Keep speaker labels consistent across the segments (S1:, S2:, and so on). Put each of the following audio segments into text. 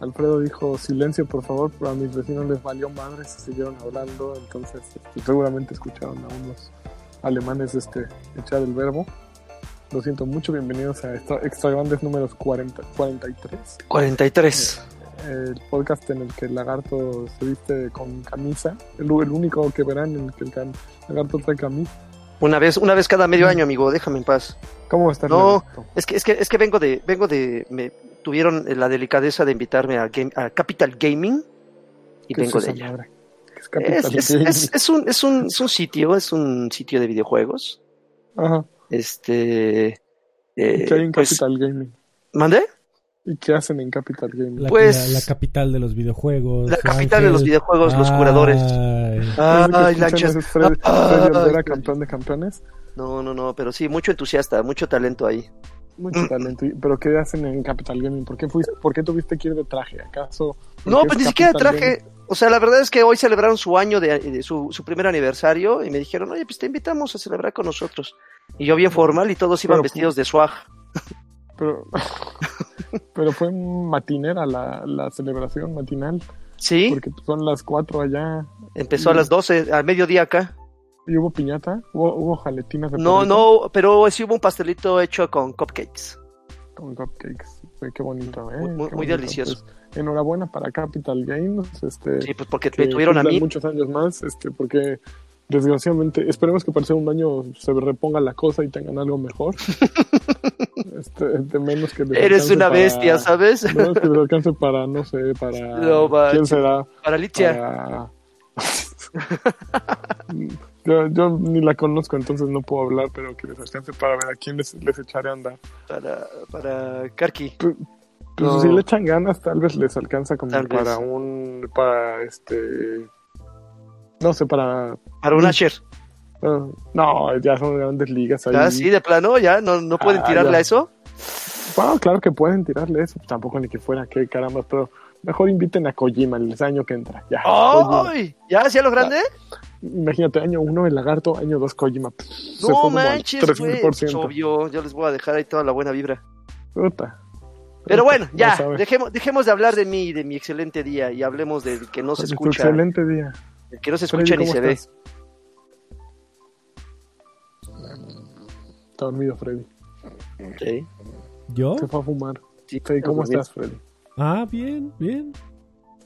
S1: Alfredo dijo silencio, por favor, pero a mis vecinos les valió madre si siguieron hablando, entonces este, seguramente escucharon a unos alemanes este, echar el verbo. Lo siento mucho, bienvenidos a Extra, Extra Grandes números 40, 43.
S2: 43.
S1: El podcast en el que el lagarto se viste con camisa, el, el único que verán en el que el can- lagarto trae camisa.
S2: Una vez, una vez cada medio año, amigo, déjame en paz.
S1: ¿Cómo está el
S2: No.
S1: lagarto?
S2: Es que, es que, es que vengo de, vengo de, me tuvieron la delicadeza de invitarme a, Game- a Capital Gaming y
S1: ¿Qué es
S2: vengo
S1: esa
S2: de allá.
S1: madre? ¿Qué es
S2: Es,
S1: Capital
S2: es-
S1: Gaming?
S2: es- es un, es un, es un sitio, es un sitio de videojuegos.
S1: Ajá.
S2: Este, eh,
S1: ¿Qué hay en
S2: pues,
S1: Capital Gaming?
S2: ¿Mandé?
S1: ¿Y qué hacen en Capital Gaming?
S3: La,
S2: Pues-
S3: la- la capital de los videojuegos.
S2: La capital de los
S3: Ángel.
S2: videojuegos, los curadores.
S3: Ay,
S2: Ay,
S1: Desde Ah, que escuchan
S2: lanchas.
S1: ese Fred-
S2: Ay,
S1: Freddy Olvera,
S2: Dios.
S1: campeón de campeones.
S2: No, no, no, pero sí, mucho entusiasta, mucho talento ahí. Mm.
S1: Mucho talento. Y- ¿Pero qué hacen en Capital Gaming? ¿Por qué, fuiste, ¿por qué tuviste que ir de traje? ¿Acaso?
S2: No,
S1: porque
S2: pues ni
S1: es
S2: siquiera
S1: Capital
S2: traje. O sea, la verdad es que hoy celebraron su año de, de su, su primer aniversario y me dijeron, oye, pues te invitamos a celebrar con nosotros. Y yo bien formal y todos iban
S1: Pero,
S2: vestidos de swag.
S1: Gaming? Pero, pero fue matinera la, la celebración matinal.
S2: Sí,
S1: Porque son las 4 allá.
S2: empezó a las 12, al mediodía acá.
S1: ¿Y hubo piñata? ¿Hubo, hubo jaletinas de
S2: No,
S1: perrito
S2: no, pero sí hubo un pastelito hecho con cupcakes.
S1: Con cupcakes. Fue- Qué bonito, ¿eh?
S2: Muy- muy-
S1: Qué
S2: muy
S1: bonito.
S2: delicioso.
S1: Pues, enhorabuena para Capital Games. Este,
S2: Sí, pues porque
S1: que
S2: me tuvieron a
S1: cumplan
S2: mí.
S1: muchos años más, este, porque desgraciadamente, esperemos que para el segundo año se reponga la cosa y tengan algo mejor. Este, de menos que les
S2: Eres
S1: alcance
S2: una
S1: para-
S2: bestia, ¿sabes?
S1: de menos que les alcance para, no sé, para.
S2: No manches.
S1: ¿Quién será?
S2: Paralicia.
S1: Para- yo, yo ni la conozco, entonces no puedo hablar, pero que les alcance para ver a quién les, les echaré a andar.
S2: para, para Karki.
S1: Pues
S2: No.
S1: si le echan ganas, tal vez les alcanza como
S2: Tal vez.
S1: para un. para este. No sé, para
S2: Para un Asher.
S1: Ah, No, ya son grandes ligas ahí.
S2: Ah, sí, de plano, ya, no, no pueden
S1: Ah,
S2: tirarle
S1: ya.
S2: a eso.
S1: Bueno, claro que pueden tirarle eso. pues, Tampoco ni que fuera, que caramba, pero mejor inviten a Kojima el año que entra. Ya. Kojima.
S2: ¡Ay! ¿Ya hacía lo grande?
S1: Imagínate, año uno el lagarto, año dos Kojima. Pff, se fue
S2: No
S1: como al
S2: manches, güey.
S1: 3000%.
S2: Obvio, yo les voy a dejar ahí toda la buena vibra.
S1: Puta.
S2: Pero bueno,
S1: No
S2: ya,
S1: sabe.
S2: dejemos, dejemos de hablar de mí y de mi excelente día y hablemos del que no se
S1: Pues,
S2: escucha,
S1: Excelente día.
S2: el que no se escucha ni
S1: Freddy,
S2: se
S1: ¿cómo
S2: ve.
S1: estás? Está dormido, Freddy.
S2: Sí.
S3: ¿Yo?
S1: Se fue a fumar.
S2: Sí,
S1: Freddy, ¿cómo
S2: dormido.
S1: estás, Freddy?
S3: Ah, bien, bien.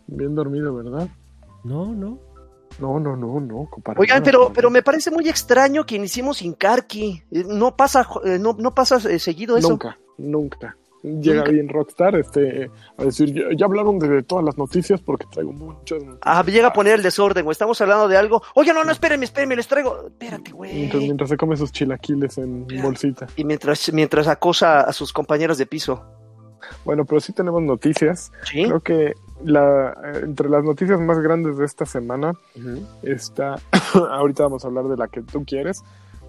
S1: Bien dormido, ¿verdad?
S3: No, no.
S1: No, no, no, no. compadre,
S2: Oigan,
S1: no,
S2: pero,
S1: no.
S2: pero me parece muy extraño que iniciemos sin Karki. Eh, No pasa, jo- eh, no, no pasa eh, seguido eso.
S1: Nunca, nunca. Llega
S2: Nunca.
S1: bien Rockstar este, a decir, ya, ya hablaron de todas las noticias porque traigo muchas noticias".
S2: Ah, llega a poner el desorden, güey. Estamos hablando de algo. Oye, no, no, espérenme, espérenme, les traigo. Espérate, güey.
S1: Entonces, mientras se come sus chilaquiles en
S2: Espera.
S1: bolsita.
S2: Y mientras, mientras acosa a sus compañeros de piso.
S1: Bueno, pero sí tenemos noticias.
S2: Sí.
S1: Creo que la, eh, entre las noticias más grandes de esta semana
S2: Ujú.
S1: está, ahorita vamos a hablar de la que tú quieres,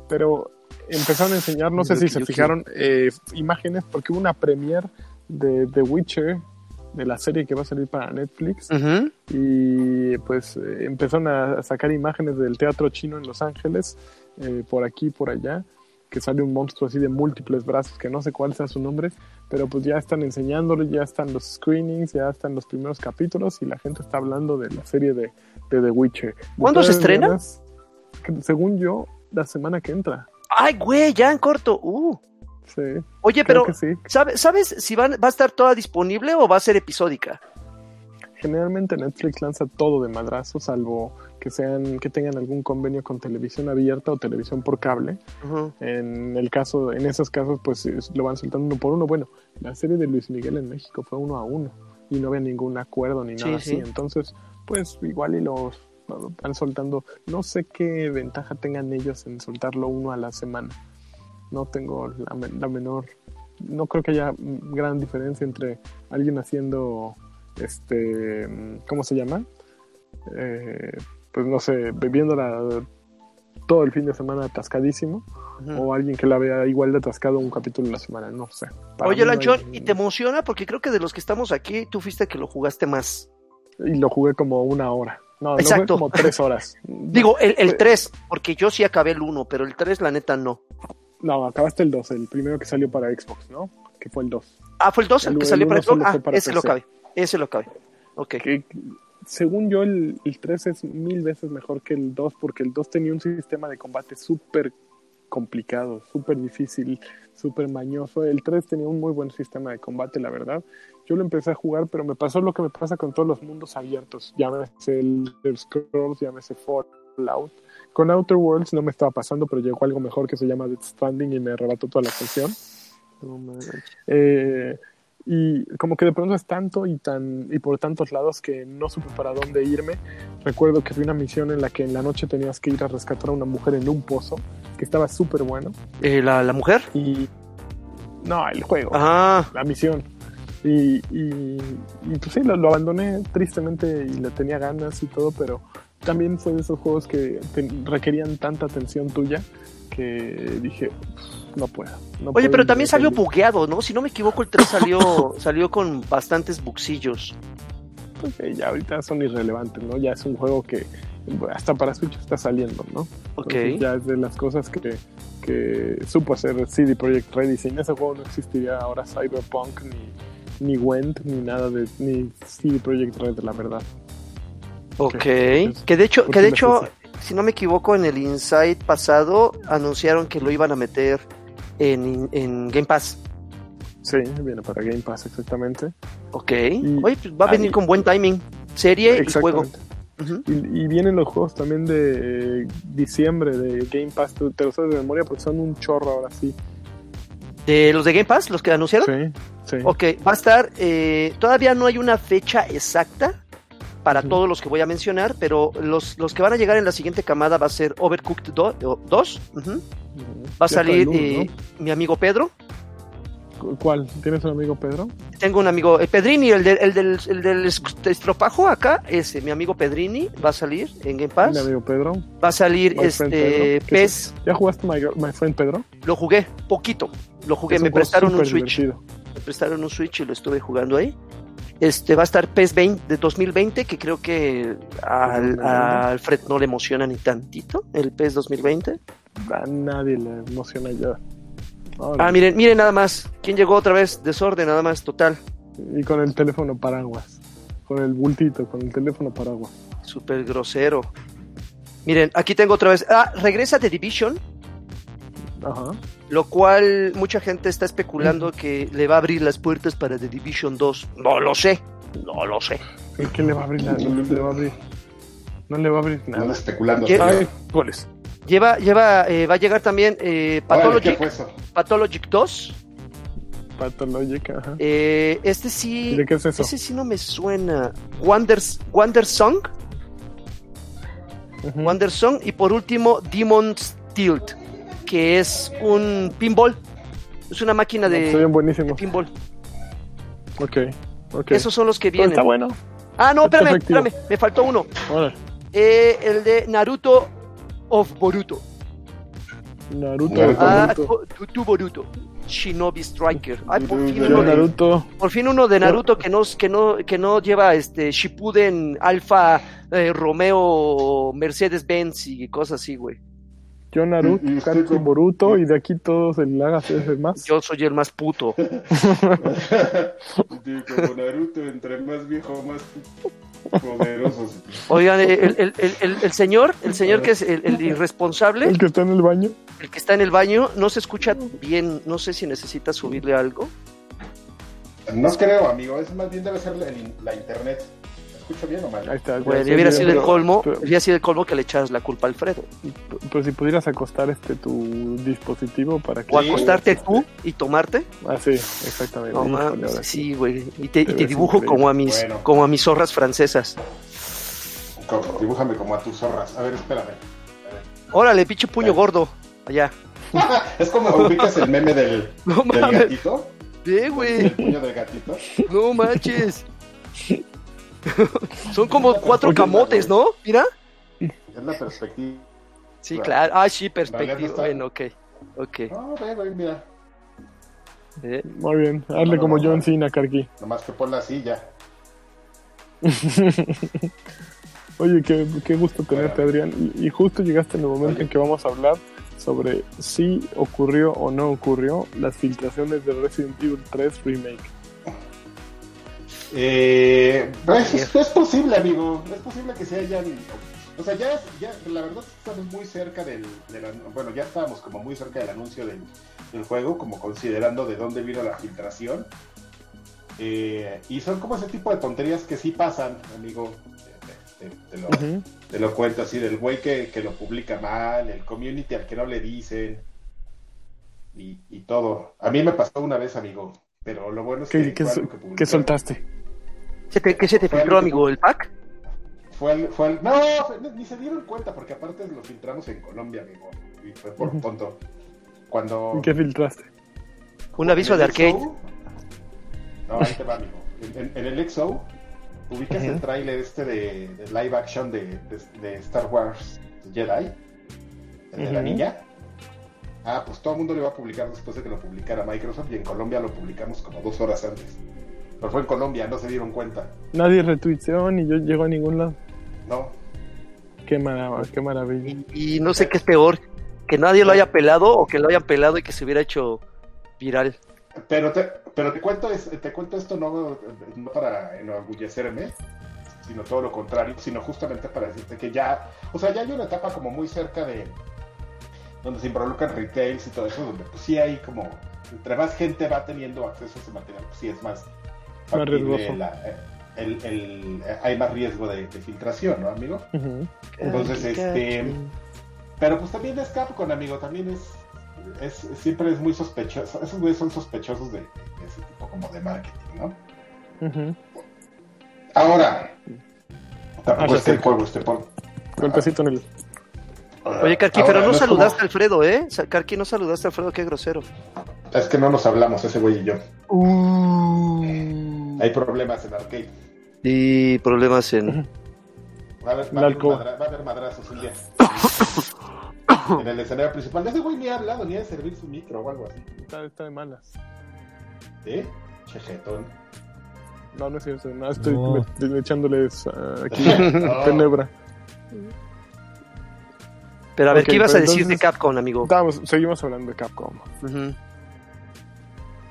S1: pero empezaron a enseñar, no sé
S2: Lo
S1: si
S2: que
S1: se
S2: yo
S1: fijaron, eh, imágenes porque hubo una premiere de The Witcher, de la serie que va a salir para Netflix.
S2: Ujú.
S1: y pues eh, empezaron a sacar imágenes del teatro chino en Los Ángeles, eh, por aquí y por allá, que sale un monstruo así de múltiples brazos, que no sé cuál sea su nombre, pero pues ya están enseñándolo, ya están los screenings, ya están los primeros capítulos y la gente está hablando de la serie de, de The Witcher.
S2: ¿Cuándo se
S1: Entonces,
S2: estrena?
S1: ganas- que- Según yo, la semana que entra.
S2: Ay, güey, ya en corto. Uh.
S1: Sí,
S2: Oye,
S1: creo
S2: pero
S1: que sí.
S2: ¿sabe- ¿sabes si van, va a estar toda disponible o va a ser episódica?
S1: Generalmente Netflix lanza todo de madrazo, salvo que sean que tengan algún convenio con televisión abierta o televisión por cable.
S2: Ujú.
S1: En el caso, en esos casos, pues es- lo van soltando uno por uno. Bueno, la serie de Luis Miguel en México fue uno a uno y no había ningún acuerdo ni
S2: Sí,
S1: nada
S2: sí.
S1: así. Entonces, pues igual y los lo van soltando. No sé qué ventaja tengan ellos en soltarlo uno a la semana. No tengo la, me- la menor. No creo que haya mm, gran diferencia entre alguien haciendo, este, mm, ¿cómo se llama? Eh, pues no sé, bebiéndola todo el fin de semana atascadísimo
S2: Ujú.
S1: o alguien que la vea igual de atascado un capítulo a la semana, no sé. Para
S2: Oye,
S1: mí no hay-
S2: Lanchón, ¿y te emociona? Porque creo que de los que estamos aquí, tú fuiste el que lo jugaste más.
S1: y lo jugué como una hora. No,
S2: Exacto.
S1: lo jugué como tres horas.
S2: Digo, el, el
S1: Eh.
S2: 3, porque yo sí acabé el 1, pero el 3, la neta, no.
S1: No, acabaste el 2, el primero que salió para Xbox, ¿no? Que fue el 2.
S2: Ah, fue el 2 el,
S1: El-
S2: que
S1: el
S2: salió para
S1: uno solo
S2: Xbox. Ah,
S1: fue para
S2: ese lo
S1: PC.
S2: acabé. Ese lo acabé. Ok.
S1: que según yo el, el 3 es mil veces mejor que el 2 porque el 2 tenía un sistema de combate súper complicado, súper difícil, súper mañoso. El 3 tenía un muy buen sistema de combate, la verdad. Yo lo empecé a jugar, pero me pasó lo que me pasa con todos los mundos abiertos. Llámese el Elder Scrolls, llámese Fallout. Con Outer Worlds no me estaba pasando, pero llegó algo mejor que se llama Death Stranding y me arrebató toda la atención.
S2: No manches.
S1: Eh, y como que de pronto es tanto y tan y por tantos lados que no supe para dónde irme. Recuerdo que fui una misión en la que en la noche tenías que ir a rescatar a una mujer en un pozo, que estaba súper bueno.
S2: Eh, la, la mujer.
S1: Y. No, el juego,
S2: Ah,
S1: la misión. Y, y, y, pues sí, lo, lo abandoné tristemente y le tenía ganas y todo, pero también fue de esos juegos que te- requerían tanta atención tuya que dije, "Pues, no puedo. no
S2: oye,
S1: puedo
S2: pero
S1: y
S2: también
S1: me
S2: salió
S1: rendí.
S2: bugueado, ¿no? Si no me equivoco, el 3 salió, salió con bastantes buxillos.
S1: pues, eh, ya ahorita son irrelevantes, ¿no? Ya es un juego que hasta para Switch está saliendo, ¿no?
S2: Ok.
S1: Entonces, ya es de las cosas que, que supo hacer CD Projekt Red y sin ese juego no existiría ahora Cyberpunk ni, ni Went ni nada de ni CD Projekt Red, la verdad.
S2: Ok.
S1: Sí, sí.
S2: Que de hecho,
S1: ¿Por
S2: que
S1: qué
S2: de
S1: me
S2: hecho,
S1: fuiste?
S2: si no me equivoco, en el Insight pasado anunciaron que lo iban a meter en, en Game Pass.
S1: Sí, viene para Game Pass exactamente.
S2: Ok. Oye, pues va a
S1: ahí-
S2: venir con buen timing. Serie Eh, y juego.
S1: Exactamente.
S2: Ujú.
S1: Y, y vienen los juegos también de eh, diciembre de Game Pass, te, te los sabes de memoria porque son un chorro ahora sí.
S2: ¿De los de Game Pass? ¿Los que anunciaron?
S1: Sí, sí.
S2: Ok, va a estar. eh, todavía no hay una fecha exacta para
S1: Ujú.
S2: todos los que voy a mencionar, pero los, los que van a llegar en la siguiente camada va a ser Overcooked 2. Va
S1: Ya
S2: a
S1: está el
S2: salir
S1: uno,
S2: eh, mi amigo Pedro.
S1: ¿no? ¿Cuál? ¿Tienes un amigo Pedro?
S2: Tengo un amigo, eh, Pedrini, el, de- el del, el del es- estropajo acá, ese, mi amigo Pedrini, va a salir en Game Pass.
S1: Mi amigo Pedro.
S2: Va a salir
S1: My friend
S2: este
S1: Pedro, que
S2: PES,
S1: ¿Ya jugaste My, Girl- My Friend Pedro?
S2: lo jugué, poquito. Lo jugué,
S1: Es
S2: me
S1: juego
S2: prestaron un
S1: súper
S2: Switch.
S1: divertido.
S2: me prestaron un Switch y lo estuve jugando ahí. Este va a estar PES 20 de 2020, que creo que al, a Alfred no le emociona ni tantito el PES 2020.
S1: A nadie le emociona ya. Ahora,
S2: Ah, miren, miren nada más. ¿Quién llegó otra vez? Desorden, nada más, total.
S1: Y con el teléfono paraguas. Con el bultito, con el teléfono paraguas.
S2: Súper grosero. Miren, aquí tengo otra vez. Ah, regresa The Division,
S1: Ajá.
S2: lo cual mucha gente está especulando que le va a abrir las puertas para The Division 2. No lo sé, no lo sé.
S1: ¿Y qué le va a abrir? la- no le va a abrir. No le va a abrir
S4: Ando
S1: nada.
S4: especulando.
S2: ¿Qué?
S4: señor.
S1: Ay, goles.
S2: Lleva, lleva, eh, va a llegar también eh,
S4: Órale, ¿Qué
S2: Pathologic,
S4: fue eso?
S2: Pathologic 2.
S1: Patologic, ajá.
S2: Eh, este
S1: ¿Y
S2: sí,
S1: de qué es eso?
S2: ese sí no me suena. Wonders, Wonder Song,
S1: Ujú.
S2: Wonder Song y por último Demon's Tilt, que es un pinball, es una máquina
S1: No, Se
S2: de,
S1: ven
S2: de
S1: buenísimos.
S2: pinball.
S1: Ok. Ok.
S2: Esos son los que
S1: Pero
S2: vienen.
S1: está bueno.
S2: Ah, no,
S1: está
S2: espérame,
S1: efectivo.
S2: espérame, me faltó uno.
S1: Ahora,
S2: Eh, el de Naruto of Boruto.
S1: Naruto.
S4: Naruto.
S2: Ah,
S1: Naruto.
S2: tu, tu- tu Boruto. Shinobi Striker. Ay, por fin
S1: Yo,
S2: uno de,
S1: Naruto.
S2: por fin uno de Naruto que no, que no, que no lleva este Shippuden, Alfa, eh, Romeo, Mercedes Benz y cosas así, güey.
S1: Yo Naruto,
S4: Y- y usted,
S1: Katsu
S4: güey.
S1: Boruto y de aquí todos el Lagas es el más.
S2: Yo soy el más puto.
S4: Digo, Como Naruto, entre más viejo, más poderoso.
S2: Oigan, el, el- el- el- el señor, el señor que es el, el irresponsable,
S1: El que está en el baño.
S2: el que está en el baño, no se escucha bien. No sé si necesita subirle algo.
S4: No creo, amigo. Es más bien debe ser la, la internet. ¿Me ¿Escucho bien o
S1: Ahí
S4: mal?
S1: está. ya
S2: Güey,
S1: sé,
S2: Pues, hubiera
S1: ya,
S2: sido el
S1: pero-
S2: colmo,
S1: pero-
S2: hubiera sido el colmo que le echas la culpa a Alfredo.
S1: Pero si pudieras acostar este tu dispositivo para que.
S2: O
S4: Sí.
S2: acostarte tú y tomarte.
S1: Ah, sí, exactamente.
S2: No
S1: Híjole,
S2: mames,
S1: ahora sí.
S2: sí, güey. Y te,
S1: Te
S2: y te
S1: ves
S2: dibujo
S1: increíble.
S2: como a mis,
S4: Bueno.
S2: como a mis zorras francesas.
S4: Co- Dibújame como a tus zorras. A ver, espérame.
S2: Órale, pinche puño gordo. Allá.
S4: Es como ubicas el meme del,
S2: No
S4: del
S2: mames,
S4: gatito.
S2: ve, güey.
S4: El puño del gatito.
S2: No manches. Son como cuatro
S4: Oye,
S2: camotes, ¿no? Mira.
S4: Es la perspectiva.
S2: Sí,
S4: Claro.
S2: claro. Ah, sí,
S4: Vale, no
S2: perspectiva.
S4: está.
S2: Bueno, ok. Ok.
S4: No, ve, ve, mira.
S2: Eh,
S1: Muy bien, hazle
S4: No,
S1: como
S4: no, no,
S1: John
S4: no.
S1: Cena, Karki.
S4: Nomás que ponla así ya.
S1: Oye, qué, qué gusto tenerte,
S4: Bueno.
S1: Adrián. Y- Y justo llegaste en el momento
S4: Oye.
S1: en que vamos a hablar sobre si ocurrió o no ocurrió las filtraciones de Resident Evil 3 Remake.
S4: Eh, pero es, es posible, amigo. Es posible que se hayan. O sea, ya, ya la verdad estamos muy cerca del, del an- Bueno, ya estábamos como muy cerca del anuncio del, del juego, como considerando de dónde vino la filtración. Eh, y son como ese tipo de tonterías que sí pasan, amigo. Te, te- te lo,
S1: Ujú.
S4: te lo cuento así, del güey que, que lo publica mal, el community al que no le dicen. Y, y todo. A mí me pasó una vez, amigo. Pero lo bueno es
S1: ¿Qué,
S4: que...
S1: qué
S4: fue
S1: sol-
S4: algo que
S1: qué
S4: publicaron.
S1: soltaste?
S2: ¿Se te- ¿Qué se te filtró, amigo? ¿El pack?
S4: Fue el, fue el- no, fue- ni se dieron cuenta porque aparte lo filtramos en Colombia, amigo. Y fue por
S1: Ujú.
S4: tonto. Cuando
S1: ¿Qué filtraste?
S2: Un aviso
S4: en
S2: de
S4: el
S2: arcade.
S4: XO No, ahí te va, amigo. En, en- en el XO ubicas
S1: Ujú.
S4: el tráiler este de, de live action de, de- de Star Wars Jedi, el de la
S1: Ujú.
S4: niña. Ah, pues todo el mundo lo iba a publicar después de que lo publicara Microsoft y en Colombia lo publicamos como dos horas antes. Pero fue en Colombia, no se dieron cuenta.
S1: Nadie retuiteó ni yo llego a ningún lado.
S4: No,
S1: Qué, mara- qué maravilla.
S2: Y, y no sé qué es peor, que nadie lo haya pelado o que lo hayan pelado y que se hubiera hecho viral.
S4: Pero te, pero te cuento es- te cuento esto no, no para enorgullecerme, sino todo lo contrario, sino justamente para decirte que ya, o sea, ya hay una etapa como muy cerca de donde se involucran retails y todo eso, donde pues sí hay como, entre más gente va teniendo acceso a ese material, pues sí es más,
S1: Más
S4: factible
S1: riesgoso.
S4: la- el- el- hay más riesgo de, de filtración, ¿no, amigo?
S1: Ujú.
S4: Entonces, este, Pero pues también es Capcom, amigo, también es, es siempre es muy sospechoso, esos güeyes son sospechosos de, de ese tipo como de marketing, ¿no?
S1: Ujú.
S4: Ahora, tampoco
S1: Ah,
S4: es que el
S1: sí.
S4: juego esté por...
S1: Golpecito en el.
S2: Oye, Carqui,
S4: Ahora,
S2: pero no
S4: es como-
S2: saludaste a Alfredo, ¿eh? Sa- Carqui, no saludaste a Alfredo, qué grosero.
S4: Es que no nos hablamos, ese güey y yo.
S2: Uh,
S4: Hay problemas en arcade.
S2: y problemas en...
S4: Va a haber, va
S1: La
S4: a haber
S1: alcoba.
S4: madra- va a haber madrazos un día. en el escenario principal. Ese güey ni ha hablado, ni ha de servir su micro o algo así.
S1: Está, está de malas.
S4: ¿Eh? Chejetón.
S1: No, no es cierto. No, estoy
S3: No.
S1: me- me- echándoles ah, aquí
S4: No.
S1: tenebra.
S2: Pero a ver,
S1: Ok,
S2: ¿qué ibas a
S1: pero
S2: decir de
S1: entonces-
S2: Capcom, amigo?
S1: Estábamos- seguimos hablando de Capcom.
S2: Ujú.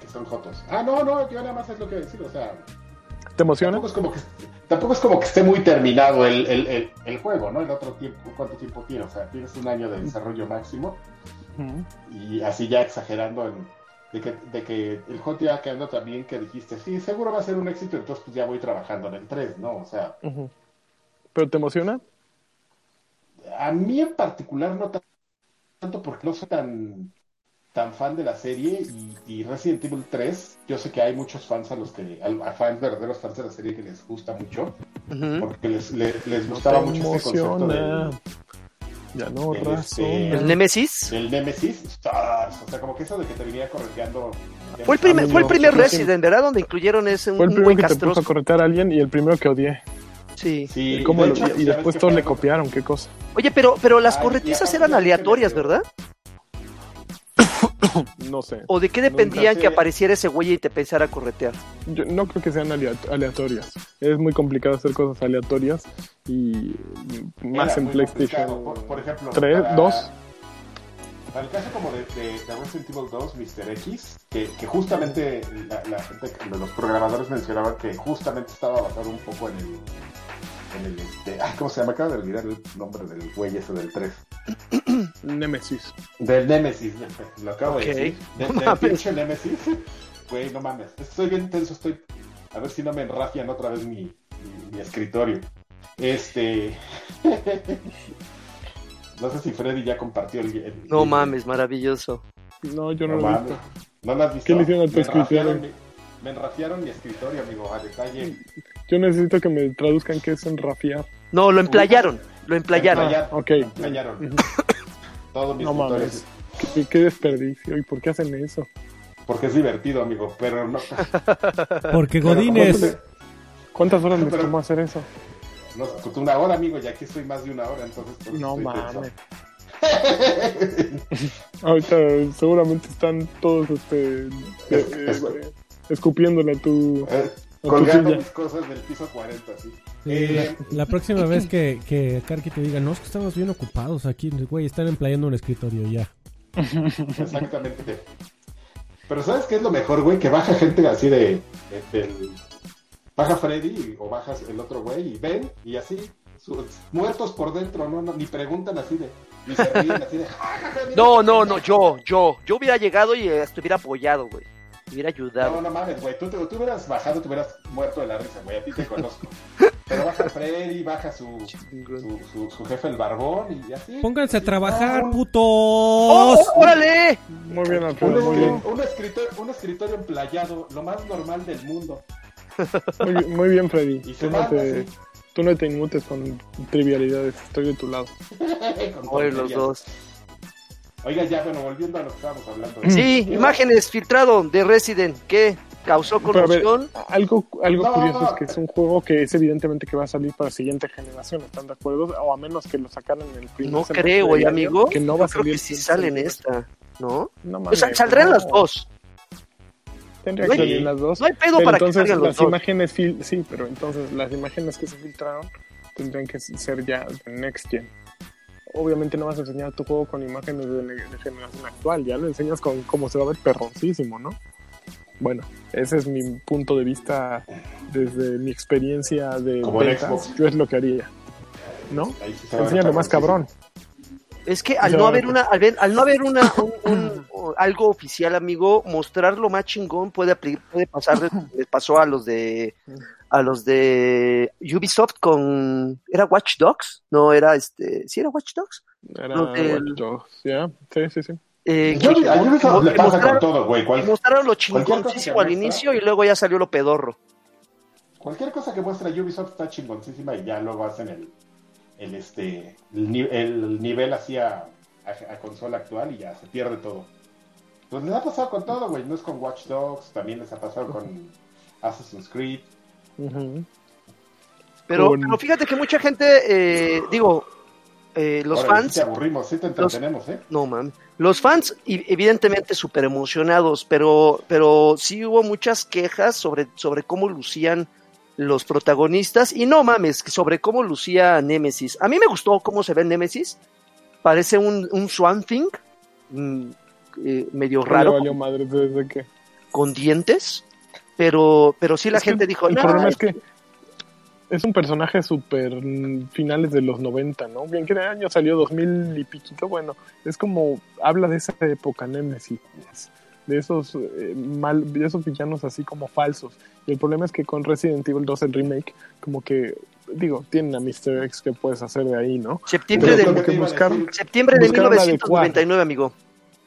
S4: Que son jotos. Ah, no, no, yo nada más es lo que decir, o sea...
S1: ¿Te emociona?
S4: Tampoco es como que, tampoco es como que esté muy terminado el, el- el- el juego, ¿no? El otro tiempo, ¿cuánto tiempo tiene? O sea, tienes un año de desarrollo máximo
S1: Ujú.
S4: y así ya exagerando en- de, que, de que el juego te iba quedando también que dijiste, sí, seguro va a ser un éxito, entonces pues ya voy trabajando en el 3, ¿no? O sea,
S1: Ujú. ¿Pero te emociona?
S4: a mí en particular no tan- tanto porque no soy tan tan fan de la serie y, y Resident Evil 3, yo sé que hay muchos fans a los que, a, a fans verdaderos fans de la serie que les gusta mucho,
S2: Ujú.
S4: porque les, les, les
S1: Te
S4: gustaba mucho este concepto
S1: emociona.
S4: del,
S1: Ya no
S4: del,
S1: razona.
S2: ¿El Nemesis?
S4: del Nemesis, Stars, o sea, como que eso de que te venía correteando.
S2: Fue el primer,
S1: Ah,
S2: fue el
S1: no,
S2: primer
S1: sí, sí.
S2: Resident, ¿verdad? Donde incluyeron ese un,
S1: Fue el
S2: un
S1: primero
S2: buen
S1: que te puso
S2: castroso.
S1: a corretear a alguien y el primero que odié.
S2: Sí.
S4: Sí,
S1: ¿Cómo
S4: de
S1: lo-
S4: hecho,
S1: y
S4: ya ves
S1: después
S4: que
S1: todos
S4: fue
S1: le
S4: algo-
S1: copiaron, qué cosa.
S2: Oye, pero, pero las
S4: Ay,
S2: corretizas
S4: ya,
S2: eran
S4: ya, ya,
S2: aleatorias,
S4: ya.
S2: ¿verdad?
S1: No sé.
S2: ¿O de qué dependía
S4: sé.
S2: que apareciera ese güey y te pensara a corretear?
S1: Yo no creo que sean alea- aleatorias. Es muy complicado hacer cosas aleatorias y
S4: era
S1: más en
S4: muy complicado.
S1: PlayStation
S4: Por, por ejemplo,
S1: 3,
S4: para-
S1: 2.
S4: Para el caso como de, de, de Resident Evil 2, Mr. X, que, que justamente la, la gente, los programadores mencionaban que justamente estaba basado un poco en el. En el este, ay, ¿Cómo se llama? Acabo de olvidar el nombre del güey ese del 3.
S1: Nemesis.
S4: Del Nemesis, lo acabo
S2: Ok.
S4: de decir. De-
S2: No
S4: del
S2: mames.
S4: pinche Nemesis. Güey, no mames. Estoy bien tenso, estoy. A ver si no me enrafian otra vez mi, mi- mi escritorio. Este. no sé si Freddy ya compartió el. el-
S2: No
S4: el-
S2: mames, maravilloso.
S1: No, yo
S4: No,
S1: no, lo he
S4: mames.
S1: visto.
S4: ¿No lo has visto?
S1: ¿Qué le hicieron a tu
S4: Me enrafiaron
S1: escritorio?
S4: mi- Me enrafiaron mi escritorio, amigo, a detalle.
S1: Yo necesito que me traduzcan qué es enrafiar.
S2: No, lo emplayaron, lo emplayaron.
S4: Emplayar,
S1: Ah, ok.
S4: Emplayaron.
S1: Ujú.
S4: Todos mis
S1: No
S4: escritorios.
S1: mames. Qué, qué desperdicio. ¿Y por qué hacen eso?
S4: Porque es divertido, amigo, pero no.
S3: Porque
S4: pero
S3: Godines.
S4: tampoco
S1: ¿Cuántas horas les
S4: Pero-
S1: tomó hacer eso?
S4: te- No, pues una hora, amigo, y aquí estoy más de una hora, entonces. por eso
S1: No
S4: estoy tenso.
S1: mames. Ahorita seguramente están todos este, eh,
S4: Es-
S1: eh,
S4: es-
S1: eh, escupiéndole a tu...
S4: Eh,
S1: A
S4: Colgando
S1: tu silla.
S4: mis cosas del piso 40, sí.
S3: Sí,
S4: Eh,
S3: la, la próxima vez que, que Karki te diga, no, es que estamos bien ocupados aquí, güey, están empleando un escritorio ya.
S4: Exactamente. Pero ¿sabes qué es lo mejor, güey? Que baja gente así de, de- del, baja Freddy o bajas el otro güey y ven y así, su- muertos por dentro, no, no, ni preguntan así de, ni se ríen así de, "Ja, ja, ja, mira
S2: No,
S4: este
S2: no,
S4: pendejo".
S2: no, yo, yo. Yo hubiera llegado y eh, estuviera apoyado, güey. Te hubiera
S4: No,
S2: ayudado.
S4: no mames, güey. Tú, te- tú hubieras bajado, te hubieras muerto de la risa, güey. A ti te conozco. Pero baja Freddy, baja su, su, su, su jefe el barbón y así.
S3: Pónganse a
S4: Y-
S3: trabajar,
S4: un-
S3: putos.
S2: ¡Oh, órale!
S1: Muy bien,
S4: Un,
S1: Alfredo, muy bien.
S4: escri- un escritor, un escritorio emplayado, lo más normal del mundo.
S1: Muy, bien- muy bien, Freddy.
S4: Y se
S1: Tú no,
S4: manda
S1: te,
S4: así.
S1: tú no te inmutes con trivialidades. Estoy de tu lado.
S4: con
S2: Oye, los
S4: tonterías.
S2: dos.
S4: Oiga, ya, bueno, volviendo a lo que estábamos hablando.
S2: Sí, imágenes filtrado de Resident que causó
S1: Pero a ver,
S2: conmoción.
S1: algo algo
S4: No,
S1: curioso
S4: no.
S1: es que es un juego que es evidentemente que va a salir para la siguiente generación, ¿están de acuerdo? O a menos que lo sacaran en el primer
S2: No
S1: semestre
S2: creo,
S1: del
S2: güey,
S1: año,
S2: amigo.
S1: Que no
S2: Yo
S1: va a
S2: creo
S1: salir
S2: que sí sale en
S1: en
S2: esta, ¿no?
S1: No
S2: O
S1: mames,
S2: sea, saldrán
S1: no.
S2: las dos.
S1: Tendría
S2: No
S1: que
S2: hay-
S1: salir las dos.
S2: No hay pedo
S1: pero
S2: para que
S1: entonces
S2: salgan los
S1: las
S2: dos.
S1: imágenes fil- sí, pero entonces las imágenes que se filtraron tendrían que ser ya de next gen. Obviamente no vas a enseñar tu juego con imágenes de, de generación actual, ya lo enseñas con cómo se va a ver perroncísimo, ¿no? Bueno, ese es mi punto de vista desde mi experiencia de
S4: Como el
S1: ventas,
S4: Xbox. Ah,
S1: yo es lo que haría. ¿No?
S4: Ahí sí se va a
S1: Enseña lo más
S4: notar,
S1: cabrón.
S2: Es que al
S1: Ya,
S2: no haber
S1: pues.
S2: una, al, ver- al no haber una, un- un- o- algo oficial, amigo, mostrar lo más chingón puede, apli- puede pasar, de- les pasó a los de, a los de Ubisoft con, ¿era Watch Dogs? No, era este, ¿sí era Watch Dogs?
S1: Era
S2: Lo que-
S1: Watch Dogs, ¿ya? Sí, sí, sí.
S2: Eh,
S4: sí. Yo,
S2: que-
S4: a mí me
S2: que
S4: le pasa con
S2: mostraron,
S4: todo, güey.
S2: que
S4: Cual-
S2: mostraron lo
S4: Cualquier cosa que
S2: chingoncísimo al
S4: muestra.
S2: inicio y luego ya salió lo pedorro.
S4: Cualquier cosa que muestra Ubisoft está chingoncísima y ya luego hacen el, el, este, el, ni- el nivel así a, a- a consola actual y ya se pierde todo. Pues les ha pasado con todo, güey. No es con Watch Dogs, también les ha pasado con Assassin's Creed.
S1: Ujú.
S2: Pero,
S1: Con-
S2: pero fíjate que mucha gente, eh, digo, eh, los
S4: Órale, sí
S2: fans
S4: te aburrimos, sí te entretenemos, ¿eh?
S2: No, man. Los fans, y- evidentemente, súper emocionados, pero, pero sí hubo muchas quejas sobre, sobre cómo lucían los protagonistas. Y no mames, sobre cómo lucía Nemesis. A mí me gustó cómo se ve Nemesis. Parece un, un Swan Thing mm, eh, medio
S1: Le
S2: raro,
S1: valió madre desde que...
S2: con dientes. Pero, pero sí la
S1: Es que
S2: gente dijo,
S1: El
S2: "No,
S1: problema es que es un personaje súper mm, finales de los 90, ¿no? Bien, que año salió 2000 y piquito. Bueno, es como habla de esa época, Nemesis. De esos, eh, mal, de esos villanos así como falsos. Y el problema es que con Resident Evil 2, el remake, como que, digo, tienen a Mr. X que puedes hacer de ahí, ¿no?
S2: septiembre
S1: Pero como
S2: de,
S1: que
S4: iba a
S1: buscar-
S4: decir,
S2: septiembre de
S1: buscaron
S2: 1999, amigo.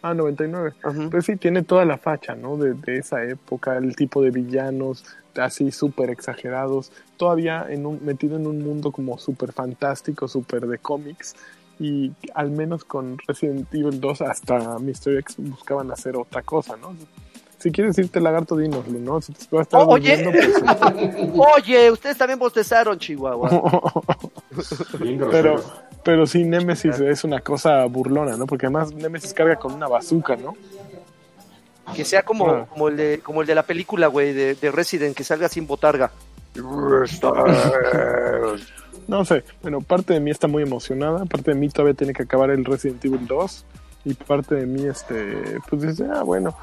S1: Ah, 99.
S2: Ajá.
S1: Pues sí, tiene toda la facha, ¿no? De, de esa época, el tipo de villanos así súper exagerados, todavía en un, metido en un mundo como súper fantástico, súper de cómics, y al menos con Resident Evil 2 hasta Mr. X buscaban hacer otra cosa, ¿no? Si quieres irte lagarto, dinoslo, ¿no? Si te vas a estar
S2: Oh, oye.
S1: volviendo, pues,
S2: Oye, ustedes también bostezaron, Chihuahua.
S4: bien
S1: pero,
S4: groseros.
S1: pues, pero sí, Nemesis es una cosa burlona, ¿no? Porque además Nemesis carga con una bazooka, ¿no?
S2: Que sea como,
S1: Ah.
S2: como, el, de, como el de la película, güey, de, de Resident, que salga sin botarga.
S1: No sé, bueno, parte de mí está muy emocionada, parte de mí todavía tiene que acabar el Resident Evil 2 y parte de mí, este, pues dice, ah, bueno,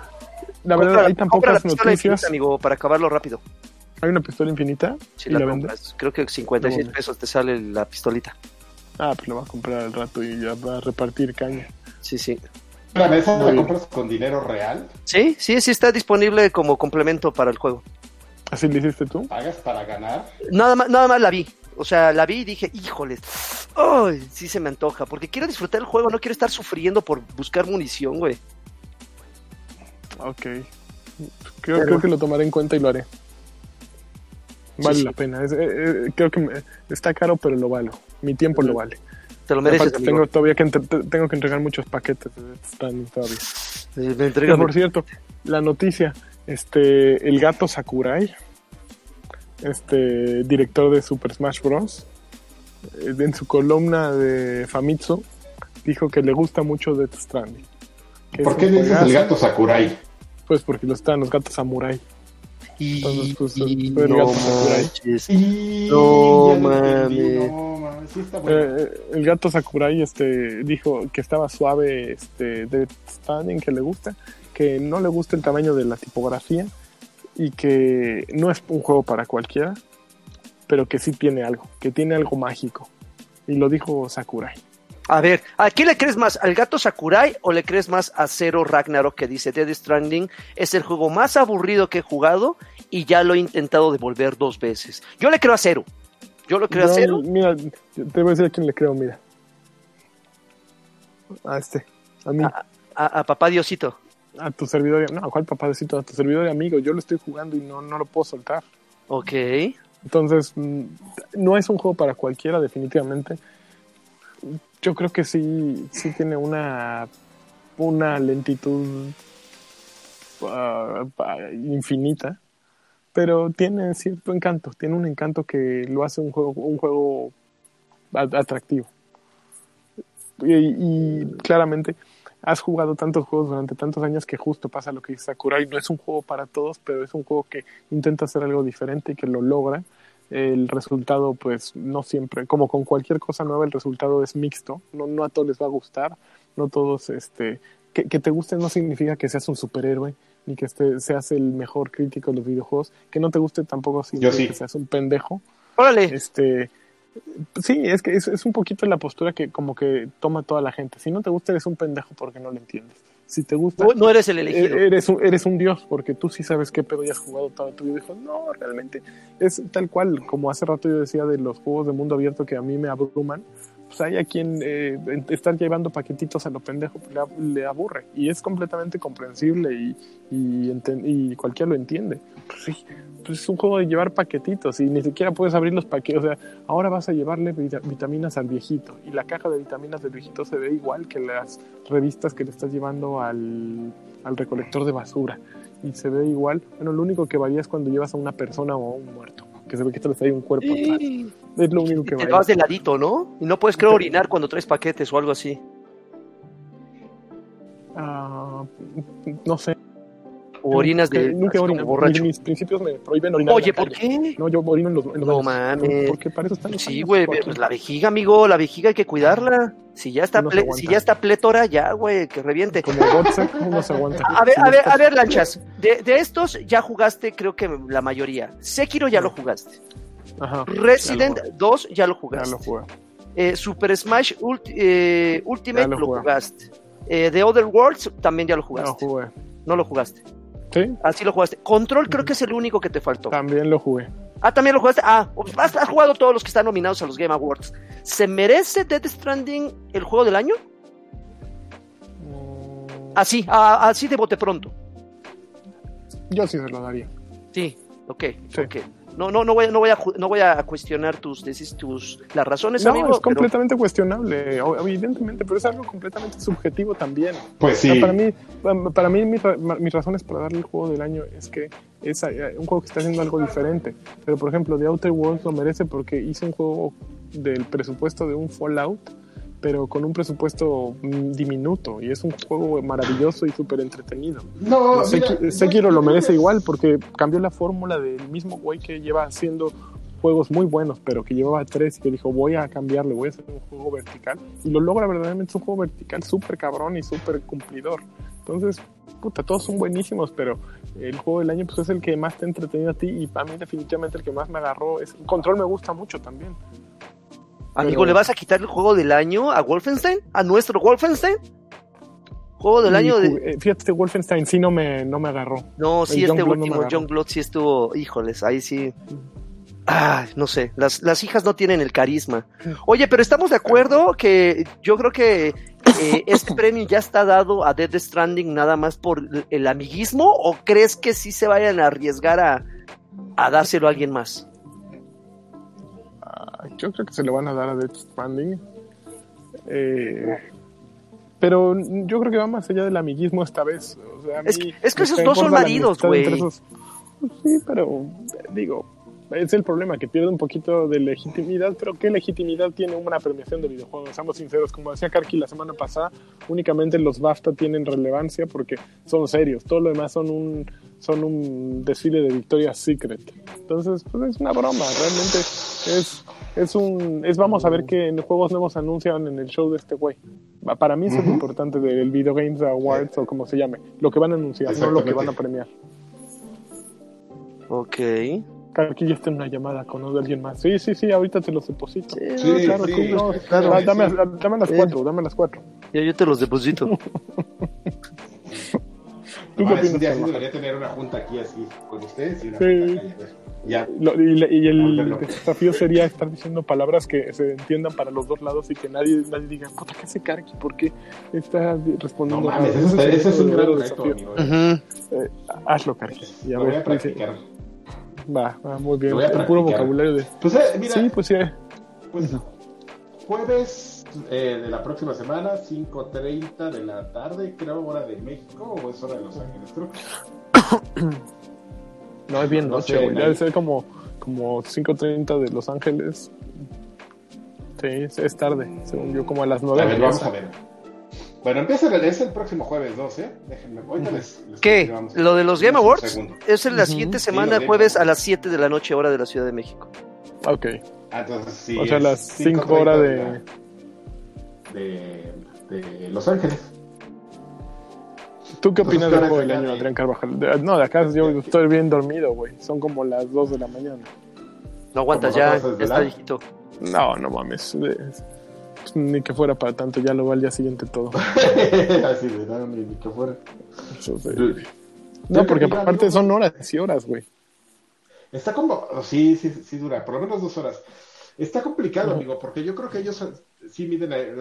S1: la verdad, hay tan
S2: compra la
S1: pocas
S2: pistola
S1: noticias,
S2: infinita, amigo, para acabarlo rápido.
S1: hay una pistola infinita
S2: Si
S1: y
S2: la
S1: la vende.
S2: compras, creo que 56
S1: No.
S2: pesos te sale la pistolita.
S1: Ah, pues la va a comprar al rato y ya va a repartir caña.
S2: Sí, sí.
S4: Espérame, ¿esa
S1: Muy
S4: la
S1: bien.
S4: compras con dinero real?
S2: Sí, sí, sí está disponible como complemento para el juego.
S1: ¿Así le hiciste tú?
S4: ¿Pagas para ganar?
S2: Nada más, nada más la vi. O sea, la vi y dije, híjole, ay, sí se me antoja, porque quiero disfrutar el juego, no quiero estar sufriendo por buscar munición, güey.
S1: Ok. Creo, creo que lo tomaré en cuenta y lo haré. Vale
S2: Sí, sí.
S1: la pena. es- eh, eh, creo que me- está caro, pero lo valo. Mi tiempo lo vale.
S2: Te lo
S1: Y
S2: mereces,
S1: aparte,
S2: amigo.
S1: tengo todavía que entre- te- tengo que entregar muchos paquetes de Death Stranding todavía.
S2: Eh, me
S1: Que,
S2: entrega-
S1: por cierto, la noticia, este, el gato Sakurai, este, director de Super Smash Bros, eh, en su columna de Famitsu, dijo que le gusta mucho Death Stranding. Que
S4: ¿Por
S1: es
S4: qué
S1: un
S4: le dices el
S1: juegazo,
S4: gato Sakurai?
S1: Pues porque lo están los gatos samurai.
S2: Y,
S1: Entonces, pues,
S2: y-
S1: fue el
S2: no
S1: gato Sakurai.
S2: manches.
S4: Y
S2: No,
S4: ya lo entendí,
S2: mames.
S4: No mames, sí está bueno.
S1: Eh, el gato Sakurai este, dijo que estaba suave este, Death Stranding, que le gusta, que no le gusta el tamaño de la tipografía y que no es un juego para cualquiera, pero que sí tiene algo, que tiene algo mágico. Y lo dijo Sakurai.
S2: A ver, ¿a quién le crees más? ¿Al gato Sakurai o le crees más a Zero Ragnarok que dice Dead Stranding es el juego más aburrido que he jugado y ya lo he intentado devolver dos veces? Yo le creo a Zero. Yo lo creo
S1: Yo,
S2: a Zero.
S1: Mira, yo te voy a decir a quién le creo, mira. A este, a mí,
S2: Ah. A, a papá Diosito.
S1: a tu servidor. y- No, ¿cuál papadecito? A tu servidor y amigo. Yo lo estoy jugando y no, no lo puedo soltar.
S2: Ok.
S1: Entonces, mm, no es un juego para cualquiera, definitivamente. Yo creo que sí, sí tiene una, una lentitud ah, ah, infinita, pero tiene cierto encanto, tiene un encanto que lo hace un juego, un juego a- atractivo. Y, y claramente has jugado tantos juegos durante tantos años que justo pasa lo que dice Sakurai. No es un juego para todos, pero es un juego que intenta hacer algo diferente y que lo logra. El resultado, pues no siempre, como con cualquier cosa nueva, el resultado es mixto. No, no a todos les va a gustar, no todos, este, que, que te guste no significa que seas un superhéroe ni que este- seas el mejor crítico de los videojuegos. Que no te guste tampoco significa
S4: sí.
S1: que seas un pendejo
S2: Órale.
S1: este sí es que es, es un poquito la postura que como que toma toda la gente si no te gusta eres un pendejo porque no lo entiendes si te gusta
S2: No, no eres el elegido.
S1: e- eres un, eres un dios porque tú sí sabes qué pedo ya has jugado toda tu vida dijo no realmente es tal cual como hace rato yo decía de los juegos de mundo abierto que a mí me abruman pues hay a quien eh, estar llevando paquetitos a lo pendejo pues, le, ab- le aburre y es completamente comprensible y, y, enten- y cualquiera lo entiende pues sí pues es un juego de llevar paquetitos y ni siquiera puedes abrir los paquetes. O sea, ahora vas a llevarle vita- vitaminas al viejito y la caja de vitaminas del viejito se ve igual que las revistas que le estás llevando al, al recolector de basura y se ve igual. Bueno, lo único que varía es cuando llevas a una persona o a un muerto, que se ve que trae un cuerpo atrás. Es lo único que
S2: Y te
S1: varía.
S2: vas de ladito, ¿no? Y no puedes, creo, orinar cuando traes paquetes o algo así.
S1: Ah, no sé.
S2: O orinas de
S1: Nunca
S2: así como
S1: orino.
S2: borracho.
S1: Mis, mis principios me prohíben orinar. en
S2: Oye,
S1: la
S2: ¿por
S1: calle.
S2: qué?
S1: No, yo orino en los, en los
S2: No
S1: baños.
S2: mames.
S1: Porque para eso están los
S2: Sí,
S1: baños,
S2: güey,
S1: Joaquín.
S2: pues la vejiga, amigo, la vejiga hay que cuidarla. Si ya está,
S1: No Pues, se
S2: ple-
S1: aguanta.
S2: si ya está plétora, ya, güey, que reviente.
S1: Como Gotzak uno se aguanta.
S2: A ver,
S1: Si
S2: a
S1: no
S2: ver,
S1: estás-
S2: a ver, lanchas.
S1: pues.
S2: De, de estos ya jugaste, creo que la mayoría. Sekiro ya lo jugaste.
S1: Ajá,
S2: Resident 2 ya
S1: ya lo
S2: lo jugaste.
S1: jugué.
S2: Eh, Super Smash Ulti- eh, Ultimate
S1: Ya lo
S2: lo
S1: jugué.
S2: jugaste. Eh, The Other Worlds también ya lo
S1: Ya lo
S2: jugaste.
S1: jugué.
S2: No lo jugaste.
S1: Sí,
S2: Así lo jugaste. Control creo que es el único que te faltó.
S1: también lo jugué.
S2: Ah, también lo jugaste. Ah, has, has jugado todos los que están nominados a los Game Awards. ¿Se merece Death Stranding el juego del año?
S1: Mm,
S2: Así, a- así de bote pronto.
S1: Yo sí se lo daría.
S2: Sí, ok,
S1: Sí.
S2: ok. No, no, no voy, a- no voy a, ju- no voy a cuestionar tus, decis- tus, las razones,
S1: no,
S2: amigo.
S1: es
S2: pero-
S1: completamente cuestionable, o- evidentemente, pero es algo completamente subjetivo también.
S4: Pues
S1: O sea,
S4: sí.
S1: para mí, pa- para mí mis, ra- ma- mis razones para darle el juego del año es que es eh, un juego que está haciendo algo diferente. Pero, por ejemplo, The Outer Worlds lo merece porque hizo un juego del presupuesto de un Fallout, pero con un presupuesto mm, diminuto. Y es un juego maravilloso y súper entretenido.
S4: No, mira,
S1: Seki-
S4: yo-
S1: Sekiro lo
S4: yo creo
S1: merece
S4: que-
S1: igual porque cambió la fórmula del mismo güey que lleva haciendo juegos muy buenos, pero que llevaba tres y que dijo voy a cambiarle, voy a hacer un juego vertical y lo logra verdaderamente, es un juego vertical súper cabrón y súper cumplidor. Entonces, puta, todos son buenísimos, pero el juego del año pues es el que más te ha entretenido a ti y para mí definitivamente el que más me agarró es... Control me gusta mucho también.
S2: Amigo,
S1: pero-
S2: ¿le vas a quitar el juego del año a Wolfenstein? ¿A nuestro Wolfenstein? Juego del
S1: Y
S2: año de...
S1: jugué- eh, Fíjate, Wolfenstein sí no me, no me agarró.
S2: No,
S1: el
S2: sí, este
S1: Youngblood no me
S2: último,
S1: agarró.
S2: John Blood sí estuvo, híjoles, ahí sí. Ah, no sé, las, las hijas no tienen el carisma. Oye, pero estamos de acuerdo que yo creo que eh, este premio ya está dado a Dead Stranding nada más por el, el amiguismo o crees que sí se vayan a arriesgar a, a dárselo a alguien más?
S1: Yo creo que se lo van a dar a Death Stranding. Eh, pero yo creo que va más allá del amiguismo esta vez. O sea, a mí
S2: Es que- es que
S1: me
S2: esos
S1: está
S2: dos son
S1: importa la
S2: maridos,
S1: amistad
S2: güey.
S1: entre esos- Sí, pero eh, digo, es el problema que pierde un poquito de legitimidad. Pero ¿qué legitimidad tiene una premiación de videojuegos? Seamos sinceros, como decía Karki la semana pasada, únicamente los BAFTA tienen relevancia porque son serios. Todo lo demás son un son un desfile de Victoria's Secret. Entonces, pues es una broma, realmente es es un es vamos a ver qué juegos nuevos anuncian en el show de este güey. Va- Para mí eso es lo
S4: Ujú.
S1: importante del Video Games Awards o como se llame, lo que van a anunciar, no lo que
S4: Exactamente.
S1: van a premiar.
S2: Ok.
S1: Karki ya está en una llamada con alguien más. Sí, sí, sí, ahorita te los deposito.
S2: Sí,
S4: Sí,
S2: no,
S1: claro,
S4: sí,
S1: sí, no,
S4: claro,
S1: ah,
S4: sí,
S1: dame,
S4: sí.
S1: dame las
S2: Sí.
S1: cuatro, dame las cuatro.
S2: Yo, yo te los deposito.
S1: ¿Tú
S4: Ahora,
S1: qué
S4: sí, un
S1: opinas,
S4: día sí
S1: Salma?
S4: debería tener una junta aquí así con ustedes y una
S1: Sí.
S4: junta acá, y a ver. Ya,
S1: Lo- y, la- y
S4: Ah,
S1: el
S4: perdón.
S1: desafío sería estar diciendo palabras que se entiendan para los dos lados y que nadie, nadie diga, puta, ¿qué hace Karki? ¿Por qué está
S4: no
S1: respondiendo?
S4: mames,
S1: raro?"
S4: eso es- eso es un gran
S1: verdadero
S4: reto, amigo.
S2: Ujú.
S1: Eh, hazlo, Karki. Y a
S4: Lo voy a
S1: ver, pues, dice-
S4: practicar.
S1: va, va, muy bien.
S4: Lo voy a
S1: El puro
S4: practicar.
S1: vocabulario de.
S4: Pues eh, mira,
S1: Sí, pues sí.
S4: pues, jueves eh, de la próxima semana, 5.30 de la tarde, creo, hora de México o es hora de Los Ángeles, creo.
S1: No es bien
S4: No
S1: noche,
S4: sé,
S1: güey.
S4: nadie-
S1: Debe ser como, como 5.30 de Los Ángeles. Sí, es, es tarde, según yo, como a las 9.
S4: A ver, vamos a ver. Bueno, empieza el, es el próximo jueves 2, ¿eh? Déjenme, ahorita les, les
S2: ¿Qué?
S4: continuamos.
S2: ¿Lo de los Game
S4: Un
S2: Awards?
S4: segundo.
S2: Es en la
S1: Ujú.
S2: siguiente
S1: Sí,
S2: semana,
S4: los
S2: jueves
S4: Game
S2: a las 7 de la noche, hora de la Ciudad de México.
S1: Ok,
S4: Ah, entonces sí.
S1: o sea,
S4: es
S1: las 5 horas de.
S4: 5:30 de, de, de Los Ángeles.
S1: ¿Tú qué opinas del
S4: Entonces,
S1: juego del
S4: acá
S1: año,
S4: de-
S1: Adrián Carvajal? De- no, de acá yo estoy bien dormido, güey. Son como las 2 de la mañana.
S2: No aguantas
S4: Como
S2: ya,
S4: nosotros desde
S2: ya está
S4: la-
S2: viejito.
S1: No, no mames. Es- Ni que fuera para tanto, ya lo va al día siguiente todo.
S4: Así de, no, ni, ni que fuera.
S1: Yo sé. No, porque aparte son horas y horas, güey.
S4: Está como. Sí, sí, sí, dura, por lo menos dos horas. Está complicado, amigo, porque yo creo que ellos son- sí miden. a- eh,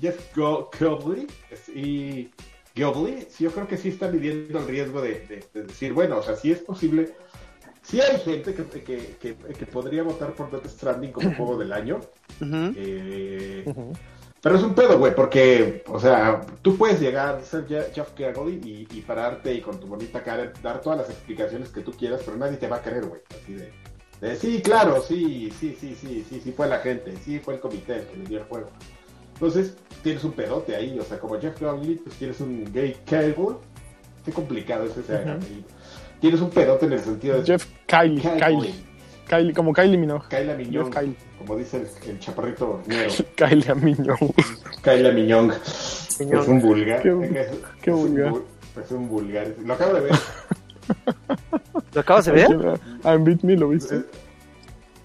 S4: Jeff Go- Goldblum y Gobley, sí, yo creo que sí está midiendo el riesgo de, de- de decir, bueno, o sea, sí es posible. Sí hay gente que, que, que, que podría votar por Death Stranding como juego del año.
S2: Ujú.
S4: eh, Pero es un pedo, güey, porque, o sea, tú puedes llegar, ser Je- Jeff Cagley y, y pararte y con tu bonita cara dar todas las explicaciones que tú quieras, pero nadie te va a creer, güey. Así de, de, sí, claro, sí, sí, sí, sí, sí, sí fue la gente, sí fue el comité el que le dio el juego. Entonces, tienes un pedote ahí, o sea, como Jeff Cagley, pues tienes un gay cable. Qué complicado es ese apellido. Tienes un pedote en el sentido de.
S1: Jeff Kylie,
S4: Cagley,
S1: Kylie, Kylie, como Kylie Minogue.
S4: Kyla Miñón,
S1: Jeff Kylie.
S4: como dice el, el chaparrito negro.
S1: Kylie a Minogue.
S4: Kyla Miñón.
S2: Miñón.
S4: Es un vulgar.
S1: Qué-
S4: es,
S1: qué
S4: es un
S1: vulgar.
S4: vul- es un vulgar. Lo acabo de ver.
S2: ¿Lo acabas de ver?
S1: I'm Beat Me, ¿lo viste?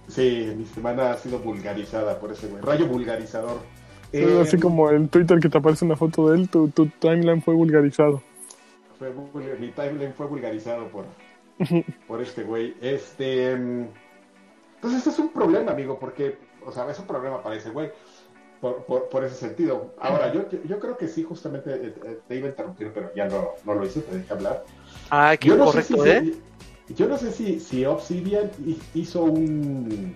S4: sí, mi semana ha sido vulgarizada por ese güey. Rayo vulgarizador. Em,
S1: Es así como el Twitter que te aparece una foto de él, tu, tu timeline fue vulgarizado.
S4: fue vulgar- mi timeline fue vulgarizado por, por este güey. Este. mm, Entonces, este es un problema, amigo, porque, o sea, es un problema para ese güey. Por, por, por ese sentido. Ahora, yo, yo creo que sí, justamente eh, eh, te iba a interrumpir, pero ya no, no lo hice, te dejé hablar.
S2: Ah, qué
S4: Yo no sé
S2: correcto,
S4: si-
S2: ¿eh?
S4: si- Yo no sé si, si Obsidian hi- hizo un,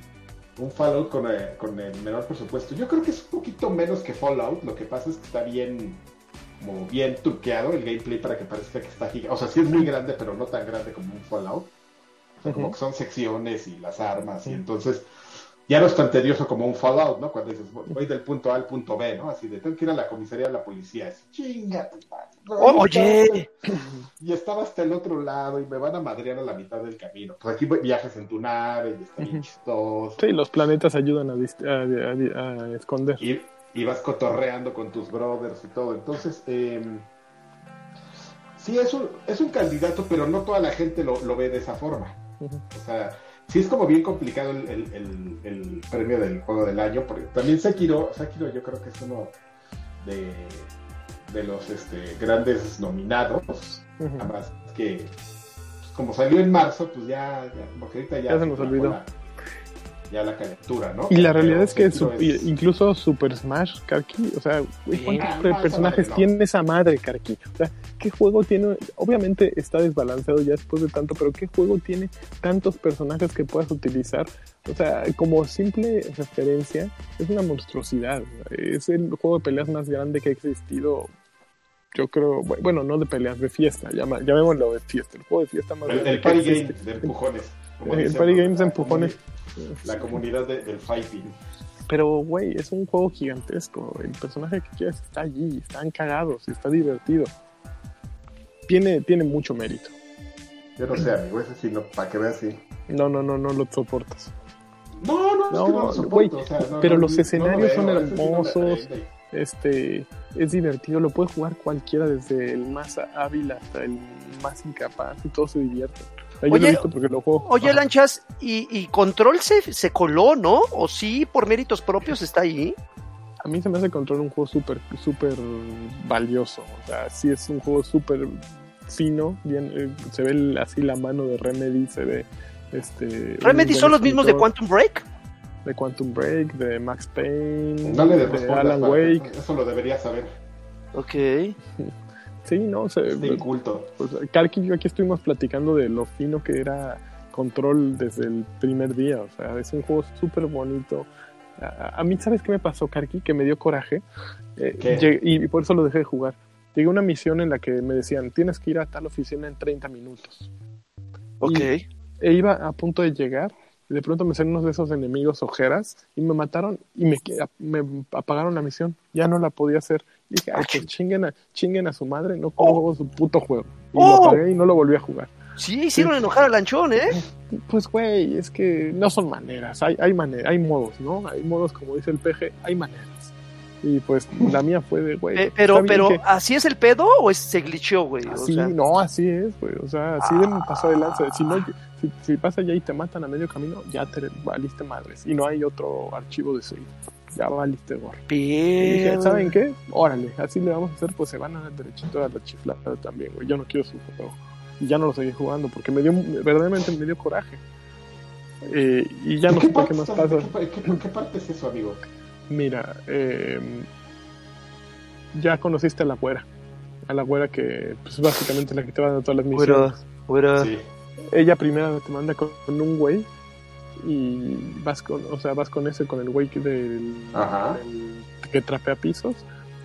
S4: un Fallout con, eh, con el menor presupuesto. Yo creo que es un poquito menos que Fallout. Lo que pasa es que está bien como bien tuqueado el gameplay para que parezca que está gigante. O sea, sí es muy grande, pero no tan grande como un Fallout. O sea, como
S1: Ujú.
S4: que son secciones y las armas. Y entonces ya no es tan tedioso como un Fallout, ¿no? Cuando dices, "Voy- voy del punto A al punto B, ¿no? Así de, tengo que ir a la comisaría de la policía. Así, chinga. tu madre".
S2: Oye,
S4: y estaba hasta el otro lado y me van a madrear a la mitad del camino. Pues aquí viajas en tu nave y está bien
S1: Ujú.
S4: chistoso.
S1: Sí, los planetas ayudan a, dist- a- a- a esconder.
S4: Y, y vas cotorreando con tus brothers y todo. Entonces, em, sí, es un, es un candidato, pero no toda la gente lo, lo ve de esa forma.
S1: Ujú.
S4: O sea, sí es como bien complicado el, el- el- el premio del juego del año, porque también Sekiro, Sekiro yo creo que es uno de, de los este, grandes nominados.
S1: Ujú.
S4: Además que pues, como salió en marzo, pues ya, ya como que ahorita ya,
S1: Ya se nos
S4: bajó
S1: olvidó.
S4: la- ya la captura, ¿no?
S1: Y la
S4: Pero
S1: realidad es que
S4: Sekiro
S1: su-
S4: es-
S1: i- incluso Super Smash, Karki, o sea, güey,
S2: Sí.
S1: ¿cuántos
S4: Ah,
S1: pre-
S4: no, esa
S1: personajes
S4: madre no.
S1: tiene esa madre, Karki? O sea, ¿qué juego tiene? Obviamente está desbalanceado ya después de tanto, pero ¿qué juego tiene tantos personajes que puedas utilizar? O sea, como simple referencia, es una monstruosidad. Es el juego de peleas más grande que ha existido, yo creo, bu- bueno, no de peleas, de fiesta, llama- llamémoslo de fiesta, el juego de fiesta más
S4: El,
S1: grande
S4: el
S1: que
S4: Party
S1: existe.
S4: Game de empujones. como
S1: El
S4: dicen,
S1: Party
S4: ¿no?
S1: Games de
S4: La
S1: empujones.
S4: comuni- La comunidad de- del fighting.
S1: Pero, güey, es un juego gigantesco. El personaje que quieras está allí, están cagados, está divertido. Tiene, tiene mucho mérito.
S4: Yo no sé, amigo, ese sí, no, para que veas, sí.
S1: No, no, no, no lo soportas.
S4: No, no, es
S1: No,
S4: que no lo soporto,
S1: güey,
S4: o sea, no,
S1: pero
S4: no,
S1: los
S4: no lo
S1: escenarios son
S4: veo, ese sí no me
S1: hermosos.
S4: prende.
S1: Este es divertido, lo puede jugar cualquiera, desde el más hábil hasta el más incapaz, y todos se divierten. Yo
S2: Oye,
S1: lo he visto porque lo juego.
S2: Oye,
S1: Ajá.
S2: Lanchas, y, y Control se, se coló, ¿no? ¿O sí, por méritos propios está ahí?
S1: A mí se me hace Control un juego súper, súper valioso. O sea, sí es un juego súper fino. Bien, eh, se ve el- así la mano de Remedy, se ve. Este,
S2: ¿Remedy
S1: un buen
S2: son los mismos de
S1: escritor,
S2: Quantum Break?
S1: de Quantum Break, de Max Payne,
S4: No le
S1: de
S4: respondas,
S1: Alan
S4: Paco,
S1: Wake.
S4: Eso lo deberías saber.
S2: Ok.
S1: Sí, no, se,
S4: Este inculto.
S1: pues, Karki y yo aquí estuvimos platicando de lo fino que era Control desde el primer día. O sea, es un juego súper bonito. A, a mí, ¿sabes qué me pasó, Karki? Que me dio coraje. Eh,
S4: ¿Qué?
S1: llegué- y, y por eso lo dejé de jugar. Llegué a una misión en la que me decían, tienes que ir a tal oficina en 30 minutos.
S2: Ok.
S1: E iba a punto de llegar. Y de pronto me salieron unos de esos enemigos ojeras y me mataron y me, que- me apagaron la misión. Ya no la podía hacer. Y dije, "Ah, pues chinguen a, chinguen a su madre, no juego su puto juego. Y
S2: Oh.
S1: lo apagué y no lo volví a jugar.
S2: Sí, hicieron enojar a Lanchón, ¿eh?
S1: Pues, güey, es que no son maneras. Hay, hay maneras, hay modos, ¿no? Hay modos, como dice el peje, hay maneras. Y pues la mía fue de, güey.
S2: Pe- Pero,
S1: está
S2: pero,
S1: bien que
S2: ¿así es el pedo o es- se glitchó, güey? O
S1: así,
S2: sea,
S1: no, así es, güey. O sea, así de paso de lanza. Si, no, si, si pasa ya y te matan a medio camino, ya te valiste madres. Y no hay otro archivo de seguir. Ya valiste gorro. Y dije,
S2: pero-
S1: ¿saben qué? Órale, así le vamos a hacer, pues se van a dar derechito a la chiflada también, güey. Yo no quiero su juego. Y ya no lo seguí jugando porque me dio, verdaderamente me dio coraje. Eh, y ya no
S4: ¿Qué
S1: sé qué
S4: parte
S1: más
S4: estás-
S1: pasa.
S4: qué- qué- qué parte es eso, amigo?
S1: Mira, eh, ya conociste a la güera. A la güera que pues, básicamente es la que te va a todas las
S2: Güera.
S1: misiones. Ah.
S2: Güera.
S4: Sí.
S1: Ella primero te manda con un güey y vas con, o sea, vas con ese, con el güey que, del,
S4: Ajá.
S1: del- que trapea pisos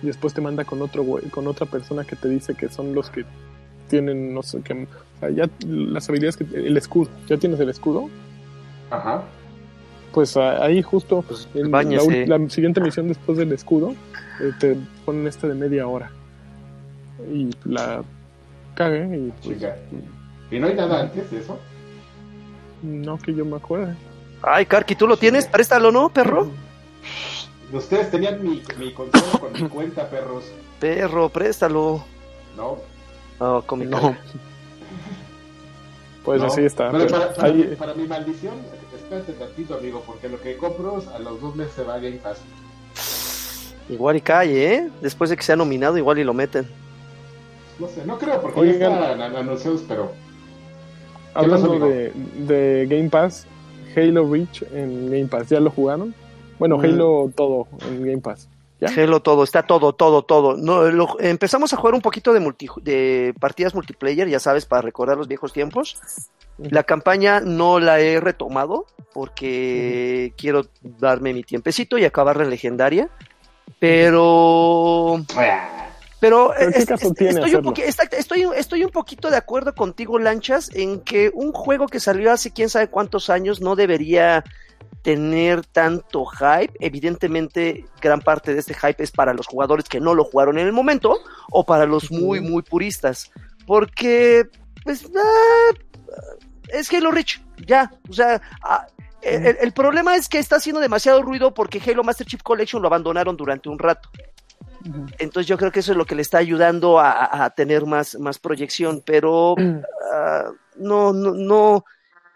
S1: y después te manda con otro güey, con otra persona que te dice que son los que tienen, no sé, que o sea, ya las habilidades que el escudo, ya tienes el escudo,
S4: Ajá.
S1: pues a- ahí justo
S2: Pues,
S1: en la,
S2: báñese.
S1: ul- la siguiente misión después del escudo eh, te ponen esta de media hora y la cague y pues,
S4: Chica. ¿Y no hay nada antes de eso?
S1: no que yo me acuerde
S2: Ay, Karki, ¿tú lo tienes? Préstalo, ¿no, perro?
S4: Ustedes tenían mi, mi consola con mi cuenta, perros.
S2: Perro, préstalo.
S4: No.
S2: No, cómico.
S1: no pues
S4: no.
S1: así está
S4: Pero
S1: pero
S4: para, para
S1: ahí-
S4: mi, para mi maldición, espérate tantito, amigo, porque lo que compro a los dos meses se va a Game Pass.
S2: Igual y cae, ¿eh? Después de que sea nominado, igual y lo meten.
S4: No sé, no creo, porque
S1: Oigan.
S4: ya están an- anunciados, pero
S1: hablando
S4: amigo?
S1: de, de Game Pass Halo Reach en Game Pass ya lo jugaron bueno
S2: Mm.
S1: Halo todo en Game Pass ¿Ya?
S2: Hello todo, está todo, todo, todo. No, lo- empezamos a jugar un poquito de, multi- de partidas multiplayer, ya sabes, para recordar los viejos tiempos. La campaña no la he retomado porque quiero darme mi tiempecito y acabar la legendaria. Pero, pero
S1: Pero
S2: eh,
S1: ¿qué caso tiene
S2: estoy, un
S1: hacerlo?
S2: poqui- exacto, estoy, estoy un poquito de acuerdo contigo, Lanchas, en que un juego que salió hace quién sabe cuántos años no debería tener tanto hype. Evidentemente, gran parte de este hype es para los jugadores que no lo jugaron en el momento o para los muy,
S1: Ujú.
S2: muy puristas. Porque, pues, ah, es Halo Reach, ya. O sea, ah, el, el- el problema es que está haciendo demasiado ruido porque Halo Master Chief Collection lo abandonaron durante un rato. Entonces yo creo que eso es lo que le está ayudando a, a- a tener más, más proyección, pero ah, no, no, no.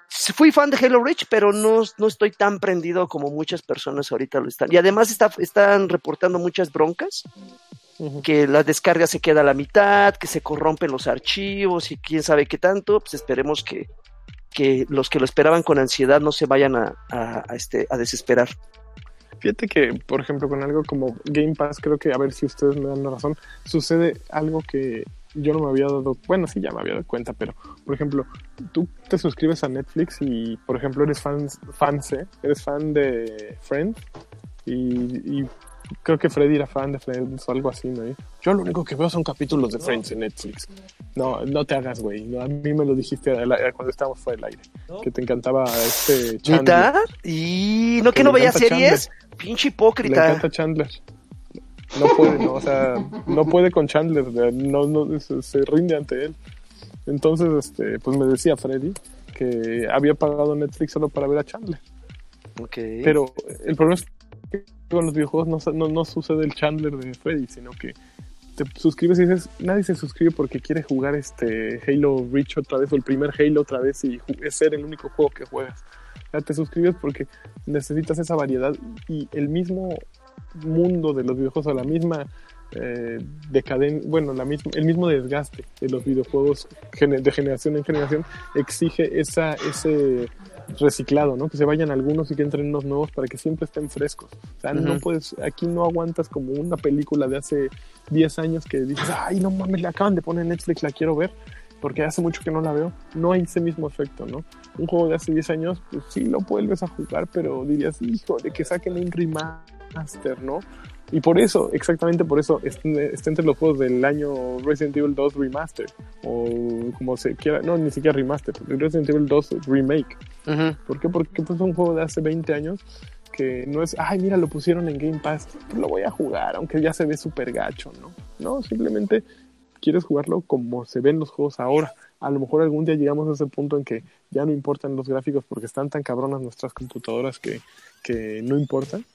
S2: Fui fan de Halo Reach, pero no, no estoy tan prendido como muchas personas ahorita lo están. Y además está- están reportando muchas broncas,
S1: Ujú.
S2: que la descarga se queda a la mitad, que se corrompen los archivos y quién sabe qué tanto. Pues esperemos que, que los que lo esperaban con ansiedad no se vayan a, a- a este, a desesperar.
S1: Fíjate que, por ejemplo, con algo como Game Pass, creo que, a ver si ustedes me dan la razón, sucede algo que yo no me había dado, bueno, sí, ya me había dado cuenta, pero, por ejemplo, tú te suscribes a Netflix y, por ejemplo, eres fan, fanse, eres fan de Friends y, y creo que Freddy era fan de Friends o algo así, ¿no? Y Yo lo único que veo son capítulos de Friends en Netflix. No, no te hagas, güey. No, a mí me lo dijiste al- al- cuando estábamos fuera del aire, que te encantaba este Chandler.
S2: ¿Neta? ¿Y no que,
S1: Que
S2: no
S1: le
S2: veía
S1: encanta
S2: series? Pinche hipócrita.
S1: Le encanta Chandler. No puede, no, o sea, no puede con Chandler, de- no, no, se, se rinde ante él. Entonces, este, pues me decía Freddy que había pagado Netflix solo para ver a Chandler.
S2: Ok.
S1: Pero el problema es que con los videojuegos no, sa- no, no sucede el Chandler de Freddy, sino que te suscribes y dices, nadie se suscribe porque quiere jugar este Halo Reach otra vez o el primer Halo otra vez y ju- es ser el único juego que juegas. Ya te suscribes porque necesitas esa variedad y el mismo mundo de los videojuegos o la misma eh, decaden- bueno, la misma, el mismo desgaste de los videojuegos gene- de generación en generación exige esa, ese reciclado, ¿no? Que se vayan algunos y que entren unos nuevos para que siempre estén frescos. O sea, no
S2: Ujú.
S1: puedes, aquí no aguantas como una película de hace 10 años que dices, ay, no mames, la acaban de poner en Netflix, la quiero ver, porque hace mucho que no la veo. No hay ese mismo efecto, ¿no? Un juego de hace 10 años, pues sí lo vuelves a jugar, pero dirías, hijo, de que saquen un remaster, ¿no? Y por eso, exactamente por eso, est- está entre los juegos del año Resident Evil 2 Remaster, o como se quiera, no, ni siquiera Remaster, Resident Evil 2 Remake.
S2: Ujú.
S1: ¿Por qué? Porque pues, es un juego de hace 20 años que no es, ay, mira, lo pusieron en Game Pass, pues, lo voy a jugar, aunque ya se ve súper gacho, ¿no? No, simplemente quieres jugarlo como se ven los juegos ahora. A lo mejor algún día llegamos a ese punto en que ya no importan los gráficos porque están tan cabronas nuestras computadoras que, que no importan.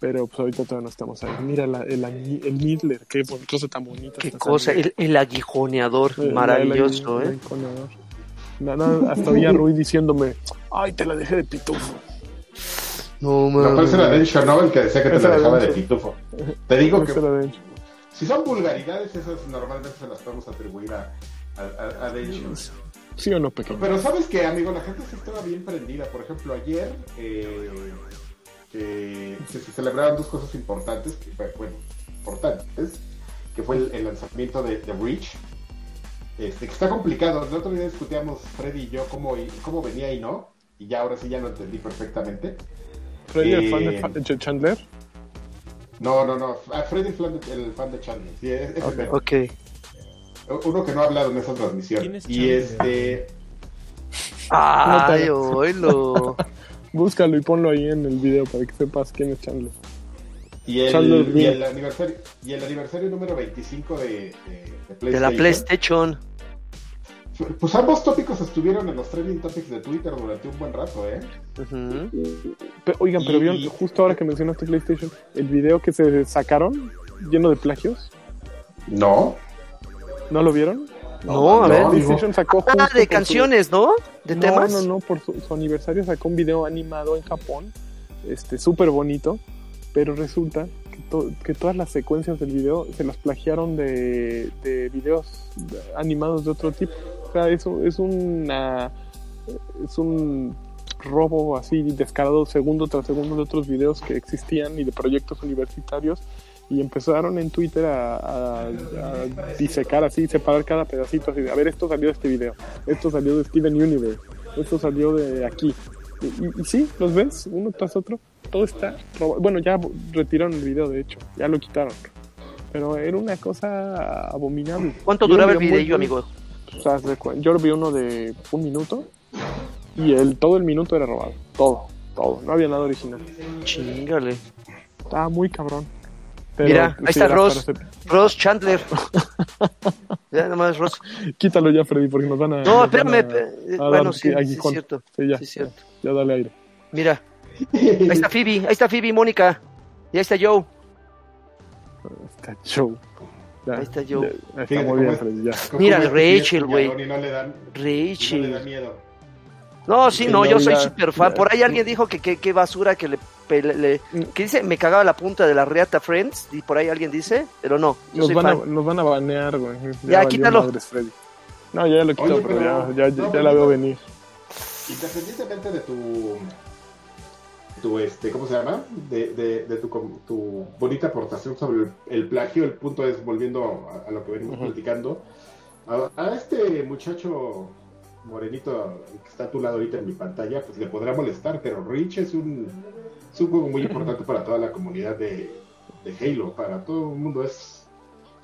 S1: Pero pues ahorita todavía no estamos ahí. Mira la- el, añi- el Midler, qué bon- cosa tan bonita.
S2: Qué
S1: está
S2: cosa,
S1: saliendo.
S2: el, el aguijoneador,
S1: El- el-
S2: maravilloso,
S1: el- el
S2: ¿eh?
S1: conador. Nada, hasta oía a Rui diciéndome, ay, te la dejé de pitufo.
S2: No,
S4: No, pero
S2: mames.
S4: esa era de Chernobyl que decía que te
S1: Esa
S4: la
S1: era
S4: dejaba de
S1: de-
S4: pitufo. Te digo que
S1: Esa era de-
S4: si son vulgaridades, esas normalmente se las podemos atribuir a, a, a- a Dave Chappelle.
S1: ¿Sí o no, pequeño?
S4: Pero sabes que, amigo, la gente sí estaba bien prendida. Por ejemplo, ayer eh, que se, se celebraron dos cosas importantes, que fue- bueno, importantes, que fue el, el lanzamiento de, de Reach, este, que está complicado. El otro día discutíamos Freddy y yo cómo, y- cómo venía y no, y ya ahora sí ya lo entendí perfectamente.
S1: ¿Freddy, el
S4: Eh,
S1: fan de, Fa- de Chandler?
S4: No, no, no, a Freddy Flan- el fan de Chandler, sí, es, es el mero.
S2: Ok.
S4: uno que no ha hablado en esa transmisión.
S3: ¿Quién es
S4: y
S3: Chandler?
S4: este...
S2: Ay, oílo.
S1: Búscalo y ponlo ahí en el video para que sepas quién es Chandler.
S4: Y el,
S1: Chandler
S4: y
S1: Bing.
S4: el aniversario, y el aniversario número 25 de, de- de PlayStation.
S2: De la PlayStation.
S4: Pues ambos tópicos estuvieron en los trending topics de Twitter durante un buen rato, ¿eh?
S2: Ujú.
S1: Pero, oigan, pero
S4: Y-
S1: vieron, justo ahora que mencionaste PlayStation, el video que se sacaron lleno de plagios,
S4: No.
S1: ¿no lo vieron?
S2: No, a
S4: No,
S2: ver.
S4: amigo.
S1: PlayStation sacó justo
S2: Ah,
S1: por
S2: de
S1: su-
S2: canciones, ¿no? De
S1: no,
S2: temas.
S1: No, no, por su, su aniversario sacó un video animado en Japón, este, súper bonito, pero resulta que, to- que todas las secuencias del video se las plagiaron de, de videos de- animados de otro tipo. O sea, es, un- es una... Es un robo así descarado segundo tras segundo de otros videos que existían y de proyectos universitarios y empezaron en Twitter a, a- a disecar así, separar cada pedacito así, de, a ver, esto salió de este video, esto salió de Steven Universe, esto salió de aquí. Y, y- y sí, los ves uno tras otro, todo está robado. Bueno, ya bo- retiraron el video, de hecho, ya lo quitaron. Pero era una cosa abominable.
S2: ¿Cuánto
S1: Yo
S2: duraba el
S1: lo vi muy-
S2: video, amigo?
S1: o sea, haz de cuen- yo vi uno de un minuto y el, todo el minuto era robado. Todo, todo. No había nada original.
S2: Chingale.
S1: Estaba muy cabrón. Pero pues
S2: Mira,
S1: sí
S2: ahí está
S1: era
S2: Ross.
S1: para hacer-
S2: Ross Chandler. Ya nomás Ross.
S1: Quítalo ya, Freddy, porque nos van a.
S2: No,
S1: nos van
S2: espérame.
S1: a-
S2: pe- eh,
S1: a
S2: Bueno,
S1: dar
S2: sí, sí, es
S1: aguijón.
S2: cierto.
S1: Sí, ya,
S2: Sí, es cierto.
S1: ya dale aire.
S2: Mira, ahí está Phoebe, ahí está Phoebe, Mónica. Y ahí está Joe.
S1: Está show. Ya,
S2: Ahí está Joe.
S1: ya, está
S4: Fíjate
S1: muy bien,
S4: cómo
S1: Freddy, ya.
S2: Mira,
S4: Como
S2: Rachel,
S4: este
S2: güey.
S4: piñadón Y no le dan, y no le da
S2: Rachel.
S4: miedo.
S2: No, sí,
S1: Que
S2: no,
S1: no
S2: yo soy
S1: la-
S2: súper fan.
S1: la-
S2: Por ahí alguien dijo que qué basura que le, pe- le- le- que dice, me cagaba la punta de la reata Friends, y por ahí alguien dice, pero no, yo
S1: Nos
S2: soy
S1: van, a,
S2: fan.
S1: nos van a banear, güey.
S2: Ya,
S1: valió
S2: quítalo.
S1: madres, Freddy. No, ya lo quito,
S4: Oye,
S1: pero,
S4: pero-
S1: ya, ya,
S4: no,
S1: ya
S4: pero-
S1: la veo venir.
S4: Independientemente de tu. Tu este, ¿cómo se llama? De, de, de tu, com- tu bonita aportación sobre el, el plagio. El punto es, volviendo a, a lo que venimos
S1: Ujú.
S4: platicando, a, a este muchacho morenito que está a tu lado ahorita en mi pantalla, pues le podrá molestar, pero Rich es un, es un juego muy importante para toda la comunidad de, de Halo, para todo el mundo. es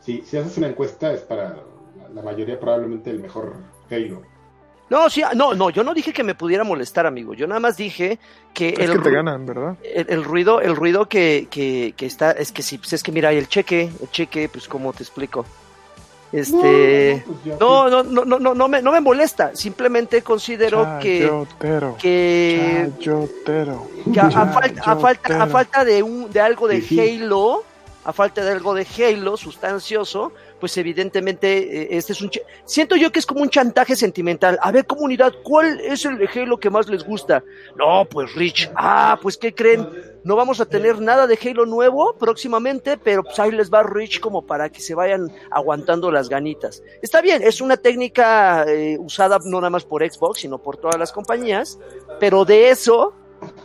S4: Si, si haces una encuesta, es para la, la mayoría probablemente el mejor Halo.
S2: No, sí, ah, no, no, yo no dije que me pudiera molestar, amigo. Yo nada más dije que
S1: Es
S2: el,
S1: que te
S2: ru-
S1: ganan, ¿verdad?
S2: el, el ruido, el ruido que, que, que está, es que sí, pues es que mira, el cheque, el cheque, pues como te explico. Este,
S4: No, pues ya
S2: no, no, no, no, no, no me, no me molesta. Simplemente considero que,
S1: Chayotero.
S2: que
S1: Chayotero.
S2: que a, a
S1: Ya,
S2: falta, a
S1: yo
S2: falta, a
S1: creo.
S2: falta de un, de algo de
S4: Sí, sí.
S2: Halo, a falta de algo de Halo sustancioso, pues evidentemente eh, este es un... ch- Siento yo que es como un chantaje sentimental. A ver, comunidad, ¿cuál es el de Halo que más les gusta? No, pues Rich. Ah, pues ¿qué creen? No vamos a tener nada de Halo nuevo próximamente, pero pues ahí les va Rich como para que se vayan aguantando las ganitas. Está bien, es una técnica eh, usada no nada más por Xbox, sino por todas las compañías, pero de eso,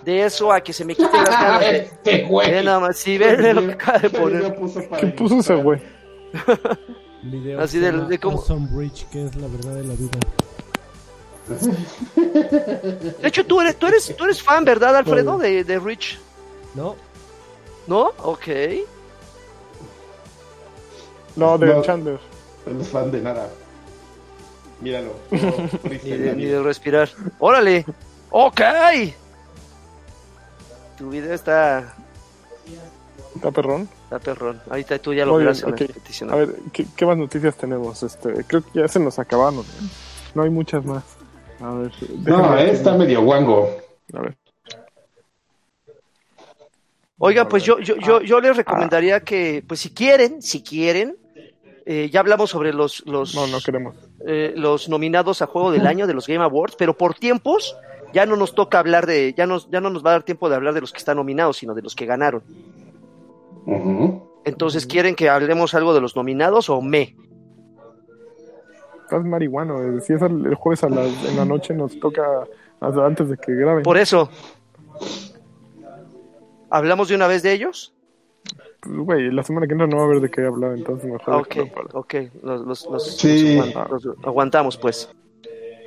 S2: de eso a que se me quiten las
S4: Ah,
S2: ganas de-
S5: Este güey.
S2: Ve nada más, sí, ve ve lo que acaba de poner.
S1: ¿Qué puso ese güey?
S3: Video
S2: Así de-
S3: se llama
S2: de cómo-
S3: Awesome Bridge, que es la verdad de la vida.
S2: De hecho, tú eres, tú eres, tú eres fan, ¿verdad, Alfredo? De, de Rich,
S3: No,
S2: ¿no? Ok.
S1: No, de
S4: No.
S1: Chandler.
S4: No es fan de nada. Míralo.
S2: Ni de, ni de respirar. ¡Órale! ¡Ok! Tu video está,
S1: ¿Está perrón?
S2: está perrón. Ahorita tú ya lo
S1: Muy bien,
S2: verás en
S1: ok.
S2: la repetición.
S1: A ver, ¿qué, qué más noticias tenemos? Este, creo que ya se nos acabaron. ¿eh? No hay muchas más. A ver,
S4: No,
S1: déjame-
S4: eh, está medio guango.
S1: A ver.
S2: Oigan, pues yo, yo, yo, yo les recomendaría que, pues si quieren, si quieren, eh, ya hablamos sobre los, los,
S1: No, no queremos.
S2: eh, los nominados a juego del año de los Game Awards, pero por tiempos ya no nos toca hablar de, ya nos, ya no nos va a dar tiempo de hablar de los que están nominados, sino de los que ganaron.
S4: Ujú.
S2: Entonces, ¿quieren que hablemos algo de los nominados o me?
S1: Estás marihuano. eh, Si es el, el jueves a las- en la noche, nos toca hasta antes de que graben.
S2: Por e- eso. ¿Hablamos de una vez de ellos?
S1: Pues, Güey, la semana que entra no va a haber de qué hablar, entonces mejor.
S2: Ah, ok,
S1: déjalo para-
S2: ok, los, los- los-
S4: Sí.
S2: los aguant- los aguantamos pues.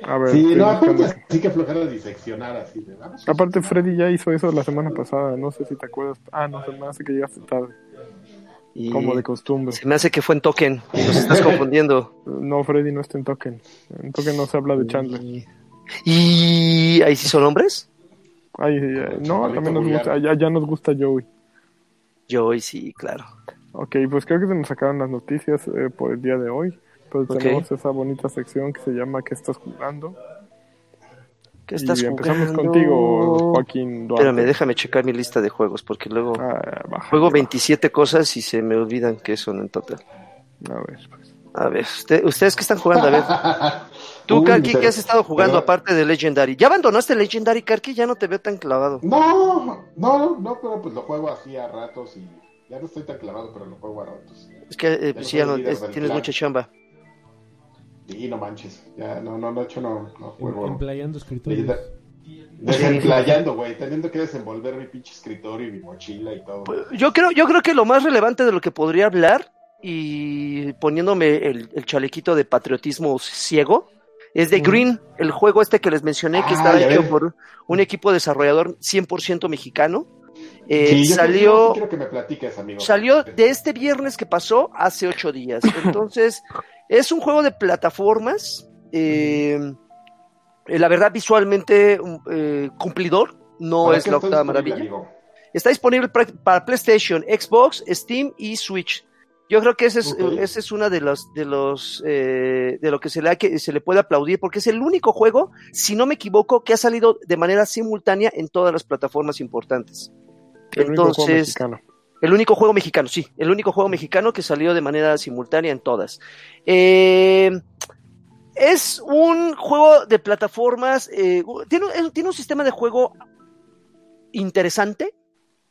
S1: A ver.
S4: Sí,
S1: estoy
S4: no, pues,
S1: buscando.
S4: aparte sí que flojera diseccionar así de vamos.
S1: Aparte, Freddy ya hizo eso la semana pasada. No sé si te acuerdas. Ah, no, se me hace que llegaste tarde.
S2: Y
S1: Como de costumbre.
S2: se me hace que fue en token, nos estás confundiendo.
S1: No, Freddy no está en token. En token no se habla de Chandler.
S2: ¿Y ahí sí son hombres?
S1: Ay, ay, ay, no,
S4: Chaparrito
S1: también nos
S4: vulgar.
S1: gusta, ya, ya nos gusta Joey.
S2: Yo hoy sí, claro.
S1: Ok, pues creo que se nos sacaron las noticias eh, por el día de hoy. Pues
S2: Ok.
S1: tenemos esa bonita sección que se llama ¿Qué estás jugando?
S2: ¿Qué estás
S1: y empezamos
S2: jugando?
S1: contigo, Joaquín Duarte.
S2: Espérame, déjame checar mi lista de juegos, porque luego
S1: Ah, baja.
S2: juego 27 cosas y se me olvidan que son en total.
S1: A ver, pues.
S2: A ver, usted- ¿ustedes qué están jugando? A ver, tú,
S4: Uy,
S2: Karki, ¿qué
S4: pero-
S2: has estado jugando
S4: pero-
S2: aparte de Legendary? ¿Ya abandonaste Legendary, Karki? Ya no te veo tan clavado.
S4: No, no, no, pero pues lo juego así a ratos y ya no estoy tan clavado, pero lo juego a ratos.
S2: Es que eh, pues, sí, ya no,
S4: olvidas
S2: es-
S4: del
S2: tienes
S4: plan.
S2: mucha chamba.
S4: Y no manches, ya no, no, de hecho no, no
S3: en-
S4: juego.
S3: empleando escritores.
S4: Leyenda- Desemplayando, güey, teniendo que desenvolver mi pinche escritorio y mi mochila y todo.
S2: Yo creo, yo creo que lo más relevante de lo que podría hablar, y poniéndome el, el chalequito de patriotismo ciego, es de Green, el juego este que les mencioné, que
S4: Ah,
S2: estaba
S4: ya
S2: hecho
S4: ves.
S2: por un equipo desarrollador 100% mexicano. Eh,
S4: Sí, yo
S2: salió...
S4: Quiero, yo sí quiero que me platiques, amigo.
S2: Salió de este viernes que pasó hace ocho días. Entonces, es un juego de plataformas. eh, eh, la verdad, visualmente um, eh, cumplidor. No
S4: Ahora
S2: es
S4: que
S2: la
S4: estoy
S2: octava
S4: disponible,
S2: maravilla.
S4: amigo.
S2: Está disponible pra- para PlayStation, Xbox, Steam y Switch. Yo creo que ese es,
S4: Ok.
S2: ese es una de los de los eh, de lo que se le ha que se le puede aplaudir porque es el único juego, si no me equivoco, que ha salido de manera simultánea en todas las plataformas importantes.
S1: El único juego
S2: Entonces,
S1: mexicano.
S2: el único juego mexicano, sí, el único juego mexicano que salió de manera simultánea en todas. Eh, es un juego de plataformas, eh, tiene, un- tiene un sistema de juego interesante.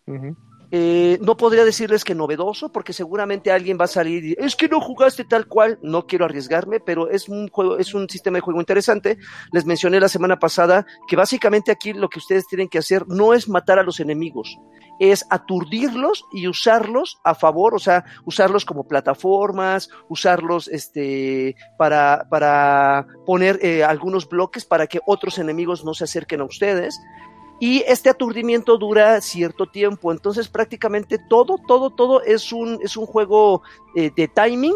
S1: Ujú.
S2: eh, no podría decirles que novedoso, porque seguramente alguien va a salir y es que no jugaste tal cual. No quiero arriesgarme, pero es un juego, es un sistema de juego interesante. Les mencioné la semana pasada que básicamente aquí lo que ustedes tienen que hacer no es matar a los enemigos, es aturdirlos y usarlos a favor, o sea, usarlos como plataformas, usarlos este para, para poner eh, algunos bloques para que otros enemigos no se acerquen a ustedes. Y este aturdimiento dura cierto tiempo, entonces prácticamente todo, todo, todo es un, es un juego eh, de timing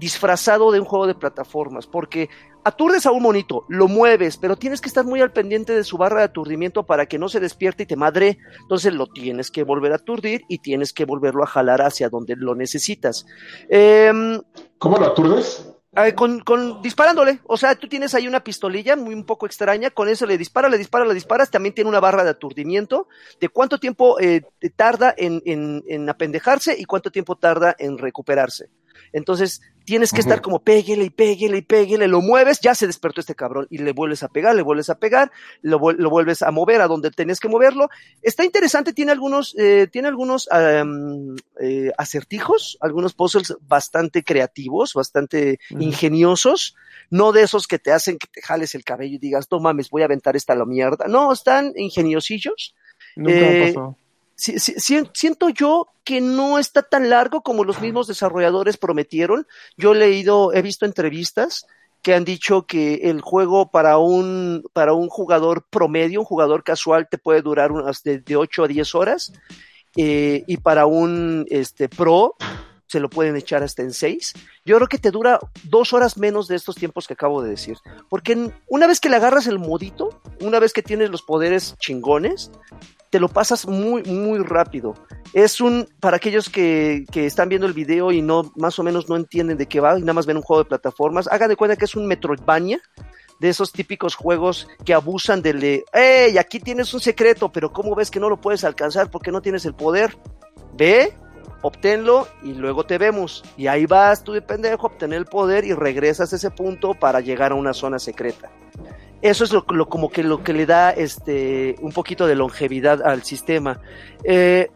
S2: disfrazado de un juego de plataformas, porque aturdes a un monito, lo mueves, pero tienes que estar muy al pendiente de su barra de aturdimiento para que no se despierte y te madre, entonces lo tienes que volver a aturdir y tienes que volverlo a jalar hacia donde lo necesitas. Em,
S4: ¿Cómo lo aturdes?
S2: eh, con, con- disparándole. O sea, tú tienes ahí una pistolilla muy un poco extraña, con eso le dispara, le dispara, le disparas, también tiene una barra de aturdimiento, de cuánto tiempo eh, te tarda en, en- en apendejarse y cuánto tiempo tarda en recuperarse. Entonces, tienes que
S4: Ujú.
S2: estar como péguele y péguele y péguele, lo mueves, ya se despertó este cabrón y le vuelves a pegar, le vuelves a pegar, lo, vuel- lo vuelves a mover a donde tenías que moverlo. Está interesante, tiene algunos, eh, tiene algunos am, eh, acertijos, algunos puzzles bastante creativos, bastante
S3: Ujú.
S2: ingeniosos, no de esos que te hacen que te jales el cabello y digas, no mames, voy a aventar esta a la mierda. No, están ingeniosillos.
S1: Nunca
S2: Eh,
S1: me pasó.
S2: Sí, sí, sí, siento yo que no está tan largo como los mismos desarrolladores prometieron. Yo he leído, he visto entrevistas que han dicho que el juego para un, para un jugador promedio, un jugador casual, te puede durar unas de, de 8 a 10 horas. eh, y para un este, pro, se lo pueden echar hasta en 6. Yo creo que te dura dos horas menos de estos tiempos que acabo de decir. Porque en- una vez que le agarras el modito, una vez que tienes los poderes chingones, te lo pasas muy, muy rápido. Es un, para aquellos que, que están viendo el video y no, más o menos no entienden de qué va y nada más ven un juego de plataformas, hagan de cuenta que es un Metroidvania de esos típicos juegos que abusan del de, hey, aquí tienes un secreto, pero ¿cómo ves que no lo puedes alcanzar porque no tienes el poder? Ve, obténlo y luego te vemos. Y ahí vas tú de pendejo a obtener el poder y regresas a ese punto para llegar a una zona secreta. Eso es lo, lo- como que lo que le da este un poquito de longevidad al sistema. Eh,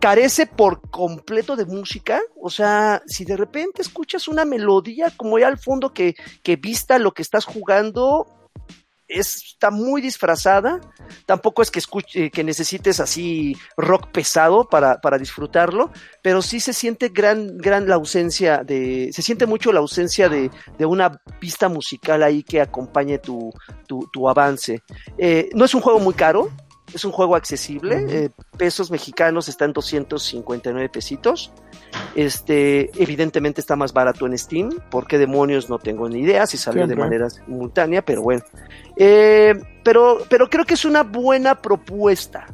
S2: carece por completo de música, o sea, si de repente escuchas una melodía como ya al fondo que, que vista lo que estás jugando, es- está muy disfrazada, tampoco es que, escuche, que necesites así rock pesado para, para disfrutarlo, pero sí se siente gran, gran la ausencia de, se siente mucho la ausencia de, de una pista musical ahí que acompañe tu, tu, tu avance. Eh, no es un juego muy caro, es un juego accesible,
S1: Ujú.
S2: eh, pesos mexicanos están 259 pesitos. Este, evidentemente está más barato en Steam, ¿por qué demonios? No tengo ni idea si salió de
S1: Siempre.
S2: manera simultánea, pero bueno. Eh, pero, pero creo que es una buena propuesta.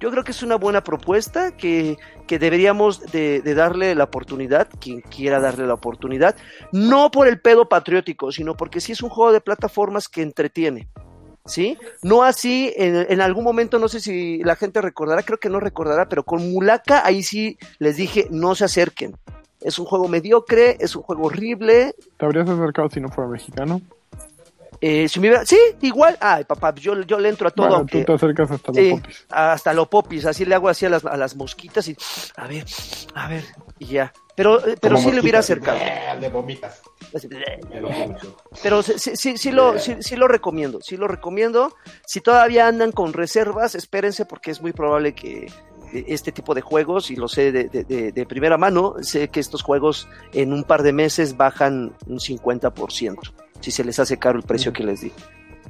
S2: Yo creo que es una buena propuesta que, que deberíamos de, de darle la oportunidad, quien quiera darle la oportunidad, no por el pedo patriótico, sino porque sí es un juego de plataformas que entretiene. ¿Sí? No así, en, en algún momento, no sé si la gente recordará, creo que no recordará, pero con Mulaka ahí sí les dije, no se acerquen. Es un juego mediocre, es un juego horrible,
S1: ¿Te habrías acercado si no fuera mexicano?
S2: eh, si me hubiera- sí, igual. Ay, papá, yo, yo le entro a todo.
S1: bueno,
S2: aunque-
S1: tú te acercas hasta los
S2: sí,
S1: popis.
S2: hasta lo popis. Así le hago así a las, a las mosquitas y a ver, a ver, y ya. Pero, eh, pero
S4: Como
S2: sí le hubiera
S4: mosquito,
S2: acercado.
S4: Le vomitas. Te lo prometo.
S2: Pero sí, sí, sí, sí lo, sí, sí lo recomiendo, sí lo recomiendo. Si todavía andan con reservas, espérense porque es muy probable que eh, este tipo de juegos, y lo sé de, de- de- de primera mano, sé que estos juegos en un par de meses bajan un 50%, si se les hace caro el precio
S1: Ujú.
S2: que les di.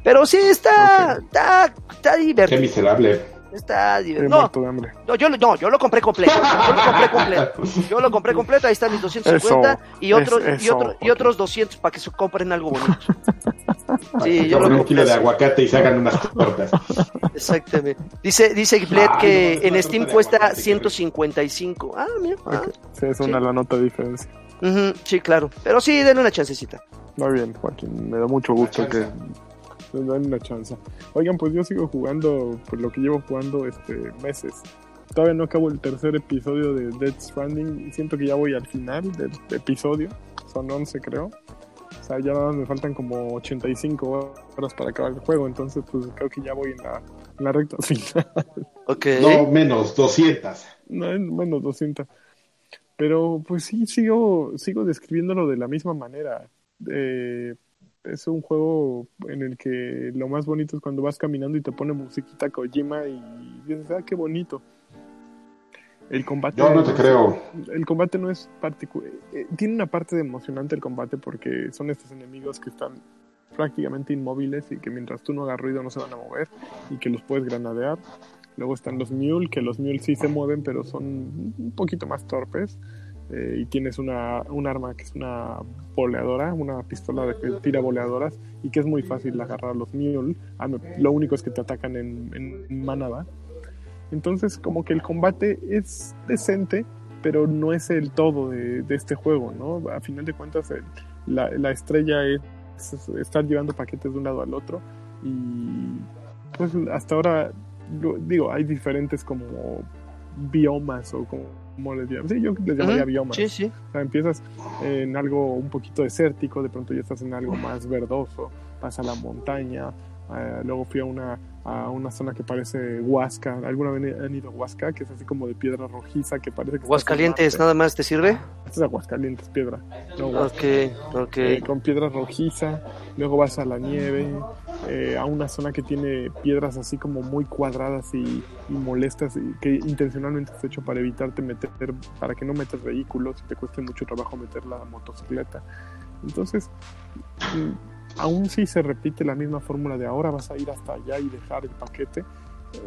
S2: Pero sí, está, está, está
S4: Qué
S2: divertido.
S4: miserable.
S2: Está
S1: He
S2: divertido. No,
S1: muerto de hambre.
S2: no, yo, lo- no, yo lo compré completo. Yo lo compré completo. Yo lo compré completo, ahí están mis 250
S1: Eso,
S2: y, otros
S1: es-
S2: y, otro-
S1: eso,
S2: y otros 200 para que se compren algo bonito. Sí,
S4: Sí,
S2: yo lo
S4: un kilo
S2: compré.
S4: de aguacate y se hagan unas tortas.
S2: Exactamente. Dice, dice Giblet
S4: Ay,
S2: que
S4: no, es una
S2: en Steam
S4: torta de
S2: cuesta
S4: aguacate,
S2: 155. Ah, mira. ah,
S1: Ok, Sí, es
S2: sí.
S1: una la nota de diferencia.
S2: ujú, sí, claro. Pero sí, denle una chancecita.
S1: Muy bien, Joaquín, me da mucho gusto
S4: Una
S1: que nos den una chance. Oigan, pues yo sigo jugando, por lo que llevo jugando este meses. Todavía no acabo el tercer episodio de Dead Stranding. y Siento que ya voy al final del episodio. Son 11, creo. O sea, ya nada más me faltan como 85 horas para acabar el juego. Entonces, pues creo que ya voy en la, en la recta final.
S2: Ok.
S4: No menos, 200.
S1: No, en menos 200. Pero pues sí, sigo, sigo describiéndolo de la misma manera. Eh, es un juego en el que lo más bonito es cuando vas caminando y te pone musiquita Kojima y dices, ah, qué bonito. El combate,
S4: Yo no te creo.
S1: el combate no es particular. tiene una parte de emocionante el combate porque son estos enemigos que están prácticamente inmóviles y que mientras tú no hagas ruido no se van a mover y que los puedes granadear. Luego están los mule, que los mule sí se mueven, pero son un poquito más torpes. Eh, y tienes una, un arma que es una boleadora, una pistola de que tira boleadoras y que es muy fácil agarrar a los mule. Ah, no, lo único es que te atacan en, en manada. Entonces, como que el combate es decente, pero no es el todo de, de este juego, ¿no? A final de cuentas, el, la, la estrella es, es estar llevando paquetes de un lado al otro y pues hasta ahora lo- digo hay diferentes como biomas o como, como les llaman sí yo les llamaría
S2: Ujú,
S1: biomas
S2: Sí, sí.
S1: o sea, empiezas en algo un poquito desértico, de pronto ya estás en algo más verdoso, vas a la montaña, eh, luego fui a una, a una zona que parece Huasca, ¿alguna vez han ido a Huasca? Que es así como de piedra rojiza, que parece que...
S2: Aguascalientes,
S1: estás
S2: nada más te sirve.
S1: en Marte. Esto es Aguascalientes, piedra. No, Huasca.
S2: Ok, ok.
S1: Eh, con piedra rojiza, luego vas a la nieve, eh, a una zona que tiene piedras así como muy cuadradas y, y molestas, y que intencionalmente está hecho para evitarte meter, para que no metas vehículos y te cueste mucho trabajo meter la motocicleta. Entonces, mm, aún si se repite la misma fórmula de ahora, vas a ir hasta allá y dejar el paquete,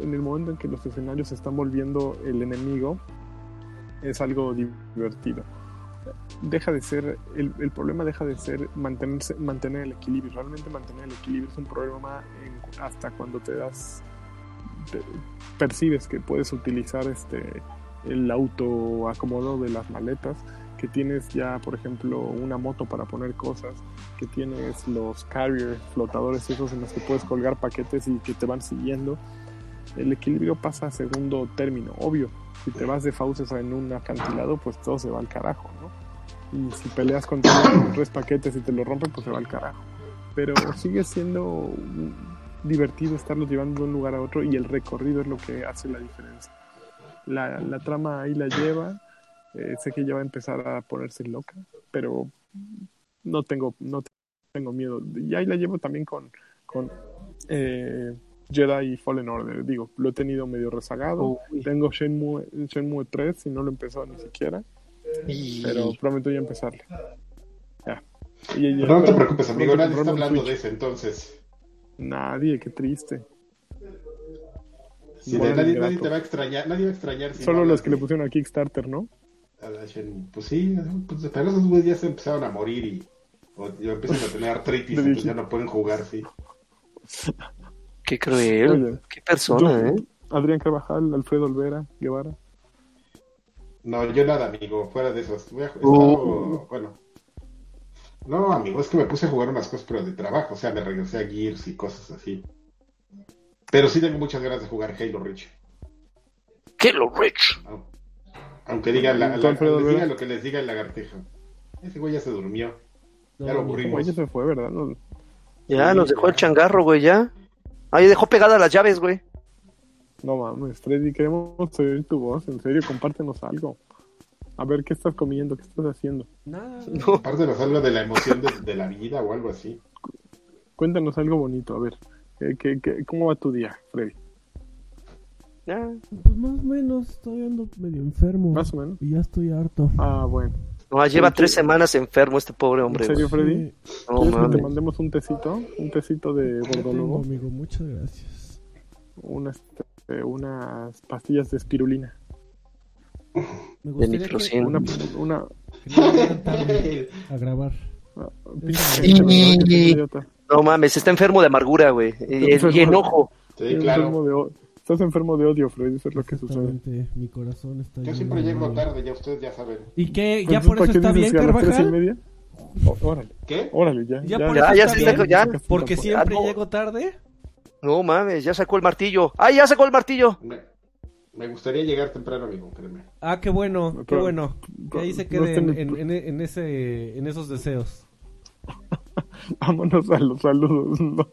S1: en el momento en que los escenarios se están volviendo el enemigo, es algo divertido deja de ser, el, el problema deja de ser mantenerse, mantener el equilibrio. Realmente mantener el equilibrio es un problema en- hasta cuando te das, te- percibes que puedes utilizar este el auto acomodo de las maletas, que tienes ya, por ejemplo, una moto para poner cosas, que tienes los carriers, flotadores esos en los que puedes colgar paquetes y que te van siguiendo. El equilibrio pasa a segundo término, obvio. Si te vas de fauces en un acantilado, pues todo se va al carajo, ¿no? Y si peleas con tres paquetes y te lo rompen, pues se va al carajo. Pero sigue siendo divertido estarlo llevando de un lugar a otro y el recorrido es lo que hace la diferencia. La, la trama ahí la lleva. eh, sé que ya va a empezar a ponerse loca, pero no tengo, no tengo miedo. Y ahí la llevo también con, con eh, Jedi Fallen Order. Digo, lo he tenido medio rezagado. Tengo Shenmue, Shenmue 3 y no lo he empezado ni siquiera pero prometo ya empezarle. Ya. Y- y-
S4: No te
S1: espero-
S4: preocupes, amigo,
S1: espero
S4: nadie está
S1: comprarme un
S4: hablando de
S1: Switch.
S4: eso entonces.
S1: Nadie, qué triste.
S4: Sí, de-
S1: Bueno,
S4: nadie,
S1: grato.
S4: nadie te va a extrañar, nadie va a extrañar. si
S1: Solo
S4: no
S1: los que le
S4: hablas
S1: pusieron a Kickstarter, ¿no?
S4: de- a la Shen- Pues sí, pues, pero esos güeyes ya se empezaron a morir y o- y empiezan a tener artritis,
S1: De
S4: entonces ya
S1: viejito.
S4: no pueden jugar, sí.
S2: Qué cruel.
S1: Oye,
S2: Qué persona,
S1: yo-
S2: ¿eh?
S1: Adrián Carvajal, Alfredo Olvera, Guevara.
S4: No, yo nada, amigo, fuera de esos. Voy a- he
S2: Uh.
S4: estado- bueno. No, amigo, es que me puse a jugar unas cosas, pero de trabajo, o sea, me regresé a Gears y cosas así. Pero sí tengo muchas ganas de jugar Halo Reach.
S2: Hello, Rich.
S4: au- Aunque digan la,
S1: ¿Tú,
S4: la-
S1: Alfredo,
S4: les diga
S1: Olvera?
S4: lo que les diga el lagartijo. Ese güey ya se durmió. Ya lo aburrimos.
S1: Oye, se fue, ¿verdad? No-
S2: Ya
S4: Sí,
S2: nos dejó
S4: ya.
S2: el changarro, güey, ya. Ahí dejó pegadas las llaves, güey.
S1: No mames, Freddy, queremos oír tu voz, en serio, compártenos algo. A ver, ¿qué estás comiendo? ¿Qué estás haciendo?
S3: Nada.
S2: No.
S4: Aparte nos habla de la emoción de, de la vida o algo así.
S1: Cuéntanos algo bonito, a ver. ¿qué- qué- qué- cómo va tu día, Freddy?
S2: Ya.
S3: Pues más o menos, todavía ando medio enfermo.
S1: Más o menos.
S3: Y ya estoy harto.
S1: Ah, bueno.
S2: No, lleva
S1: Sí,
S2: tres
S1: sí.
S2: semanas enfermo este pobre hombre.
S1: ¿En serio,
S2: güey.
S1: Freddy?
S3: Sí,
S2: No
S1: ¿Quieres que te
S2: mames.
S1: mandemos un tecito? Un tecito de
S3: ya tengo,
S1: gordolobo.
S3: amigo, muchas gracias.
S1: unas, eh, unas pastillas de espirulina.
S3: Me
S2: De
S3: gustaría que,
S2: nitrocin.
S1: Una, una,
S3: que no llegaran tarde a grabar.
S1: una-
S3: Sí.
S1: pinche idiota.
S2: No mames, está enfermo de amargura, güey. Y,
S1: enfermo.
S2: y enojo.
S4: Sí,
S1: Estás
S4: claro.
S1: enfermo de o- Estás enfermo de odio, Freddy, eso es lo que sucede.
S3: Exactamente, Mi corazón está
S4: Yo
S3: lleno
S4: siempre
S3: de Pues
S4: llego
S3: rabia.
S4: tarde, ya ustedes ya saben.
S3: ¿Y qué? ¿Ya
S1: Pues, Entonces,
S3: por
S1: ¿para
S3: eso
S1: qué
S3: está bien,
S1: dices que a las tres y
S3: Carvajal?
S1: media? Ó- órale,
S4: ¿Qué?
S1: órale, ya.
S3: Ya
S1: Ya,
S3: por
S2: Ya,
S3: eso
S2: ya
S3: está
S2: se está.
S3: bien,
S2: Ya.
S3: Porque
S1: Tampoco.
S3: siempre
S2: Ah, no.
S3: llego tarde.
S2: No mames, ya sacó el martillo. ¡Ay, ya sacó el martillo!
S4: Me, me gustaría llegar temprano, amigo, créeme.
S3: Ah, qué bueno, qué
S1: Pero-
S3: bueno. Que ahí se
S1: no
S3: quede
S1: estén-
S3: en, en- en- en ese, en esos deseos.
S1: Vámonos a los saludos, no.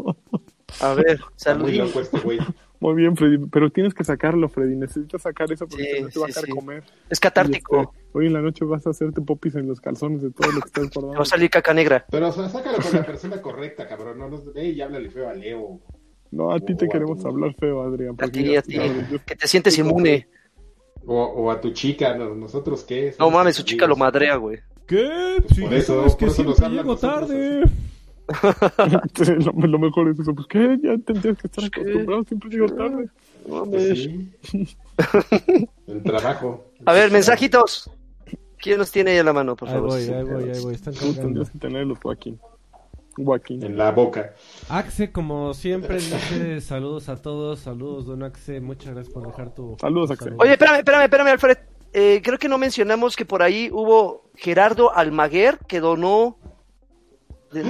S2: A ver,
S4: Está muy
S2: saludín.
S4: loco este güey.
S1: Muy bien, Freddy, pero tienes que sacarlo, Freddy. Necesitas sacar eso porque
S2: Sí,
S1: si no te va a
S2: sí,
S1: dejar
S2: sí.
S1: comer.
S2: Es
S1: Y,
S2: catártico.
S1: este, hoy en la noche vas a hacerte popis en los calzones de todo lo que estás
S2: Te Va
S1: guardando.
S2: a salir caca negra.
S4: Pero o sea, sácalo con la persona correcta, cabrón. No nos... Ey, háblale feo a Leo.
S1: No, a ti te
S4: O a
S1: queremos
S4: tu-
S1: hablar feo, Adrián.
S2: A
S1: porque
S2: ti,
S1: ya-
S2: a ti.
S1: ya- yo-
S2: Que te sientes inmune.
S4: O, o a tu chica, ¿no? ¿nosotros qué?
S2: No
S4: Somos
S2: mames, su
S4: amigos.
S2: chica lo madrea, güey.
S3: ¿Qué?
S4: Pues
S3: Sí,
S4: por
S3: ya
S4: eso-
S3: sabes que
S4: por eso nos
S3: siempre
S4: hablan
S3: llego
S4: nosotros
S3: tarde.
S1: lo, lo mejor es eso, pues que ya tendrías que estar
S2: ¿Qué?
S1: acostumbrado, siempre llego tarde.
S2: No
S4: Pues
S2: mames.
S4: sí. El trabajo.
S2: A ver, mensajitos. ¿Quién los tiene ahí en la mano, por
S3: Ahí
S2: favor?
S3: voy, ahí voy, ahí voy. Están
S1: Tú
S3: cargando.
S1: tendrías que tenerlos, Joaquín. Joaquín.
S4: En la boca.
S3: Axe, como siempre, dice saludos a todos. Saludos, don Axe. Muchas gracias por dejar tu.
S1: Saludos,
S3: tu
S1: Axe.
S3: saludo.
S2: Oye, espérame, espérame, espérame, Alfred. Eh, creo que no mencionamos que por ahí hubo Gerardo Almaguer que donó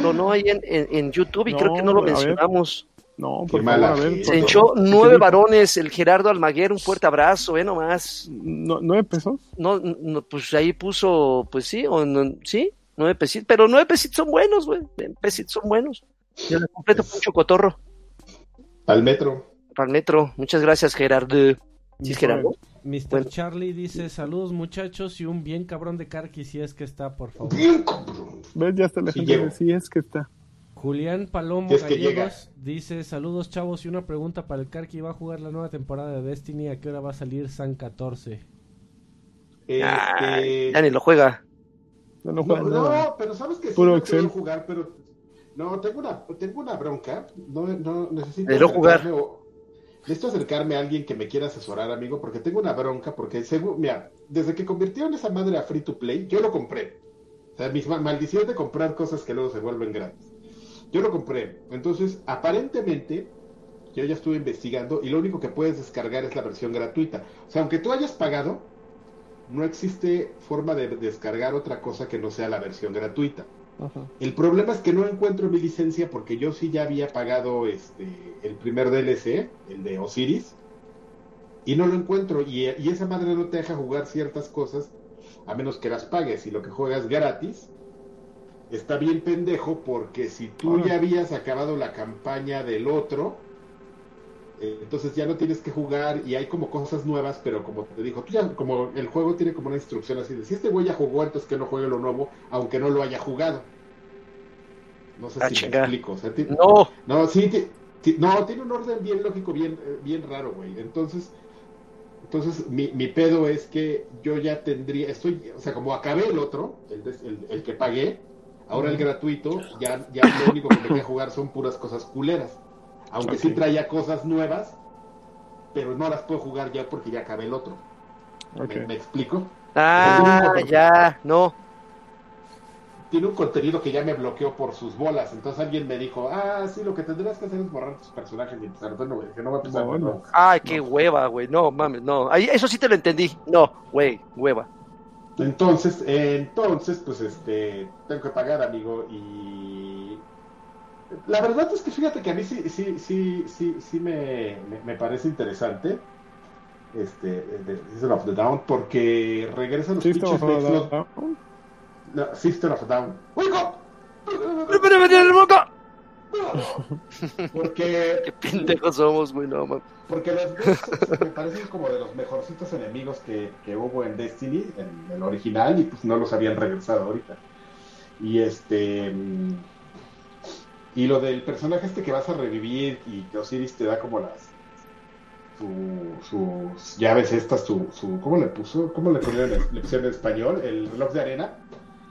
S2: donó ahí en, en- en YouTube y
S1: No,
S2: creo que no lo
S1: a ver.
S2: mencionamos.
S1: No, por favor,
S4: mala.
S1: a ver. por
S2: Se hinchó
S1: favor.
S2: nueve varones, el Gerardo Almaguer, un fuerte abrazo, eh, nomás.
S1: No, ¿Nueve pesos?
S2: No, no, pues ahí puso, pues sí, o no- sí, nueve pesitos, pero nueve pesitos son buenos, güey, nueve pesitos son buenos. Yo le completo Pucho Cotorro
S4: Al metro.
S2: para el metro. Muchas gracias, Gerardo. ¿Sí es Gerardo?
S5: Mr.
S2: Bueno.
S5: Charlie dice, saludos muchachos y un bien cabrón de Karki si es que está, por favor.
S4: Bien, cabrón.
S1: ¿Ves? Ya está la
S4: Sí
S1: gente
S4: llego.
S1: de sí es que está.
S5: Julián Palomo
S4: Si es que
S5: Gallegos dice, saludos chavos y una pregunta para el Karki, ¿va a jugar la nueva temporada de Destiny? ¿A qué hora va a salir San 14?
S2: Ah,
S4: Este...
S2: ya ni lo juega.
S1: Ya no
S4: No,
S1: juegan nada.
S4: no, pero sabes que sí
S1: Puro
S4: lo
S1: Excel.
S4: quiero jugar, pero no, tengo una, tengo una bronca. No, no necesito
S2: De no jugar.
S4: acercarme o- necesito acercarme a alguien que me quiera asesorar, amigo, porque tengo una bronca, porque según, mira, desde que convirtieron esa madre a free to play, yo lo compré. O sea, mis ma- maldición de comprar cosas que luego se vuelven gratis. Yo lo compré. Entonces, aparentemente, yo ya estuve investigando y lo único que puedes descargar es la versión gratuita. O sea, aunque tú hayas pagado, no existe forma de descargar otra cosa que no sea la versión gratuita.
S1: Ajá.
S4: El problema es que no encuentro mi licencia porque yo sí ya había pagado este el primer DLC, el de Osiris, y no lo encuentro. Y, y esa madre no te deja jugar ciertas cosas a menos que las pagues. Y lo que juegas gratis está bien pendejo porque si tú
S1: Ahora.
S4: ya habías acabado la campaña del otro, eh, entonces ya no tienes que jugar y hay como cosas nuevas, pero como te dijo, tú ya, como el juego tiene como una instrucción así de si este güey ya jugó, entonces que no juegue lo nuevo, aunque no lo haya jugado. No sé
S2: Ah,
S4: si
S2: chinga.
S4: me explico. o sea, ti-
S2: No,
S4: no, sí, ti- ti- no, tiene un orden bien lógico, bien, eh, bien raro, güey. Entonces, entonces mi, mi pedo es que yo ya tendría, estoy, o sea, como acabé el otro, el, des- el- el que pagué, ahora el gratuito, ya, ya lo único que me queda jugar son puras cosas culeras. Aunque sí
S1: Ok.
S4: traía cosas nuevas, pero no las puedo jugar ya porque ya acabé el otro. ¿Me-
S1: Ok.
S4: ¿Me, explico?
S2: ah, ya, no.
S4: Tiene un contenido que ya me bloqueó por sus bolas. Entonces alguien me dijo, ah, sí, lo que tendrías que hacer es borrar tus personajes y empezar de nuevo. Y dije, no va a empezar de
S1: Bueno.
S4: nuevo.
S2: Ay, qué hueva, güey. No, mames, no. Ahí, eso sí te lo entendí. No, güey, hueva.
S4: Entonces, eh, entonces, pues este, tengo que pagar, amigo, y la verdad es que fíjate que a mí sí, sí, sí, sí, sí me, me- me parece interesante, este, de System of the Down, porque regresan los
S1: Sí, estamos
S4: pinches Next
S1: hablando.
S4: Lot- no, System of a Down. ¡Wake up! Porque,
S2: Qué pendejos somos, güey, no, mames.
S4: porque los Ghosts me parecen como de los mejorcitos enemigos que, que hubo en Destiny, en el original, y pues no los habían regresado ahorita. Y este. mm, Y lo del personaje este que vas a revivir y que Osiris te da como las. su- sus llaves estas, su, su. ¿Cómo le puso? ¿Cómo le pusieron en- le pusieron en español? El reloj de arena.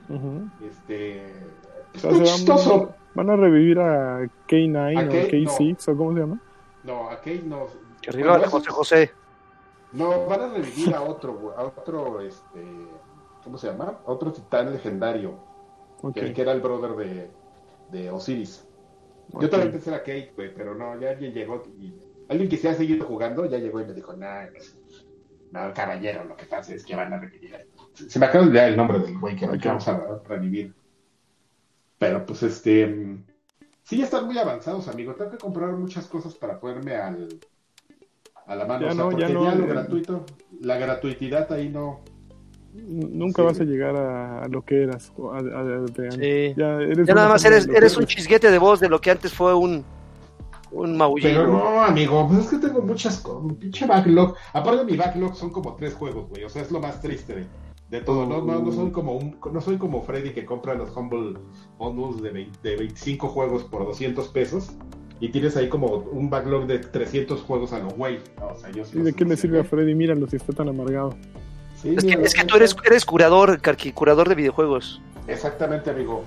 S1: Ujú.
S4: Este.
S1: O sea,
S4: Está
S1: se van,
S4: chistoso.
S1: van a revivir a K9
S4: ¿A
S1: o
S4: K?
S1: K6 o cómo se llama.
S4: No, a Kate no.
S2: Que arriba
S4: Bueno,
S2: José
S4: eso-
S2: José.
S4: No, van a revivir a otro, güey, a otro, este, ¿cómo se llama? A otro titán legendario,
S1: Ok.
S4: que, que era el brother de, de Osiris. Yo
S1: Ok.
S4: también pensé era Kate, güey, pero no, ya alguien llegó y alguien que se ha seguido jugando ya llegó y me dijo, nah, no, caballero, lo que pasa es que van a revivir. a-". Se se me acaba de olvidar el nombre del güey que, que vamos a revivir. Pero pues este, mm, sí ya están muy avanzados, amigo. Tengo que comprar muchas cosas para ponerme al a la mano,
S1: Ya
S4: o sea,
S1: no,
S4: porque
S1: ya
S4: ya,
S1: no,
S4: lo
S1: eh,
S4: gratuito, la gratuitidad ahí no.
S1: N- Nunca
S4: Sí,
S1: vas a
S4: güey.
S1: llegar a, a lo que eras. o A, a- a- de antes.
S2: Sí.
S1: Ya, eres
S2: Ya nada
S1: una
S2: más
S1: forma de
S2: eres,
S1: lo que
S2: eres un chisguete de voz de lo que antes fue un, un
S4: Pero
S2: maullido.
S4: no, amigo, pues es que tengo muchas cosas, un pinche backlog. Aparte de mi backlog son como tres juegos, güey. O sea, es lo más triste de, de todo. No, no, no soy como un, no soy como Freddy que compra los Humble Bundles de, vein- de 25 juegos por 200 pesos y tienes ahí como un backlog de 300 juegos a lo güey. No, o sea, yo sí
S1: ¿Y
S4: no
S1: de
S4: soy
S1: qué le
S4: así,
S1: sirve a
S4: güey.
S1: Freddy? Míralo si está tan amargado.
S4: Sí,
S2: Es que,
S4: mira,
S2: es que tú eres, eres curador, Carqui, curador de videojuegos.
S4: Exactamente, amigo.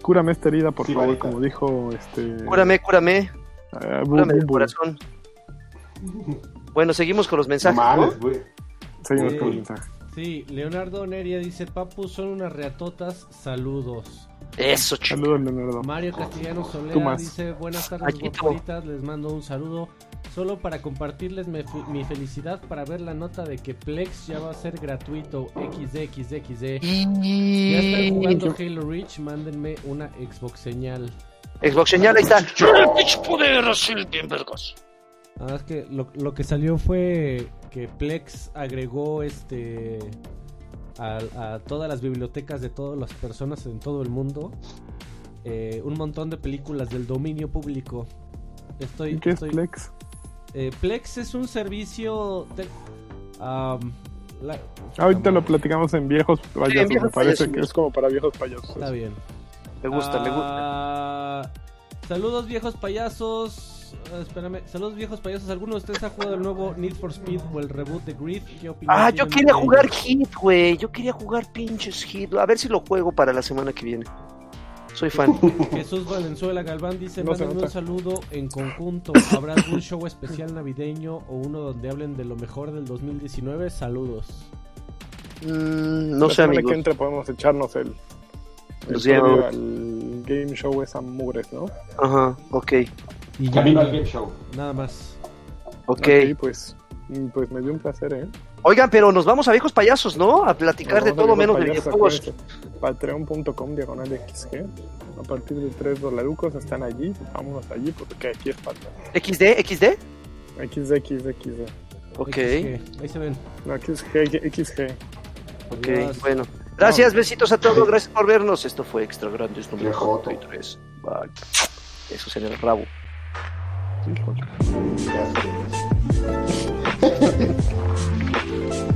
S1: Cúrame esta herida, por
S4: Sí,
S1: favor,
S4: varita.
S1: como dijo este.
S2: Cúrame, cúrame,
S1: ah, Bu-
S2: cúrame
S1: Bu-
S2: del
S1: Bu.
S2: corazón. Bueno, seguimos con los mensajes. ¿no?
S4: Mames, güey.
S1: Seguimos con
S4: Sí.
S1: el mensaje.
S5: Sí, Leonardo Neria dice, Papu, son unas reatotas, saludos.
S2: Eso, chico.
S1: Saludos, Leonardo.
S5: Mario Castellano
S1: Tú
S5: Solea
S1: más.
S5: dice, buenas tardes,
S2: Aquí estamos.
S5: guapuritas, les mando un saludo. Solo para compartirles me- mi felicidad para ver la nota de que Plex ya va a ser gratuito, XDXXD. Ya están jugando Halo Reach, mándenme una Xbox señal.
S2: Xbox señal, ahí está.
S5: Nada más Ah, que lo, lo que salió fue que Plex agregó este a, a todas las bibliotecas de todas las personas en todo el mundo eh, un montón de películas del dominio público. Estoy,
S1: ¿Y ¿Qué es
S5: estoy-
S1: Plex?
S5: eh, Plex es un servicio. de- am, la-
S1: Ahorita lo platicamos en viejos payasos.
S2: viejos
S1: me parece que
S2: payasos.
S1: es como para viejos payasos.
S5: Está bien.
S2: Me gusta, me gusta.
S5: Ah, Saludos viejos payasos. Ah, espérame. Saludos viejos payasos. ¿Alguno de ustedes ha jugado el nuevo Need for Speed o el reboot de Grid? ¿Qué opinan
S2: Ah, yo
S5: tienen
S2: quería
S5: de ello?
S2: jugar Hit, güey. Yo quería jugar pinches Hit. A ver si lo juego para la semana que viene. Soy fan.
S5: Jesús Valenzuela Galván dice,
S1: No se
S5: mándenme
S1: nota.
S5: un saludo en conjunto. ¿Habrá algún show especial navideño o uno donde hablen de lo mejor del 2019? Saludos.
S2: Mm, no
S1: La
S2: sé,
S1: semana
S2: amigo.
S1: que entra podemos echarnos el, el
S2: Nos lleva.
S1: previo al game show esa mugres, ¿no?
S2: Ajá, ok,
S5: Y ya,
S4: Camino al game show.
S5: nada más.
S2: ok.
S1: Ok, pues, mm, pues me dio un placer, ¿eh?
S2: Oigan, pero nos vamos a viejos payasos, ¿no? A platicar de
S1: Nos
S2: todo
S1: vamos a
S2: menos de
S1: viejos
S2: videojuegos.
S1: payasos, acuérdense. Patreon.com diagonal XG. A partir de 3 dolarucos están allí. Vámonos allí porque aquí es Patreon.
S2: XD, XD.
S1: XD, XD, XD.
S2: Ok,
S5: XG. Ahí se ven.
S1: No, XG, XG.
S2: ok,
S5: Adiós.
S2: bueno. Gracias, besitos a todos, gracias por vernos. Esto fue Extra Grandes número
S4: Qué joto.
S2: 43. Bye. Eso es en el rabo.
S1: Híjole.
S4: Ya sé.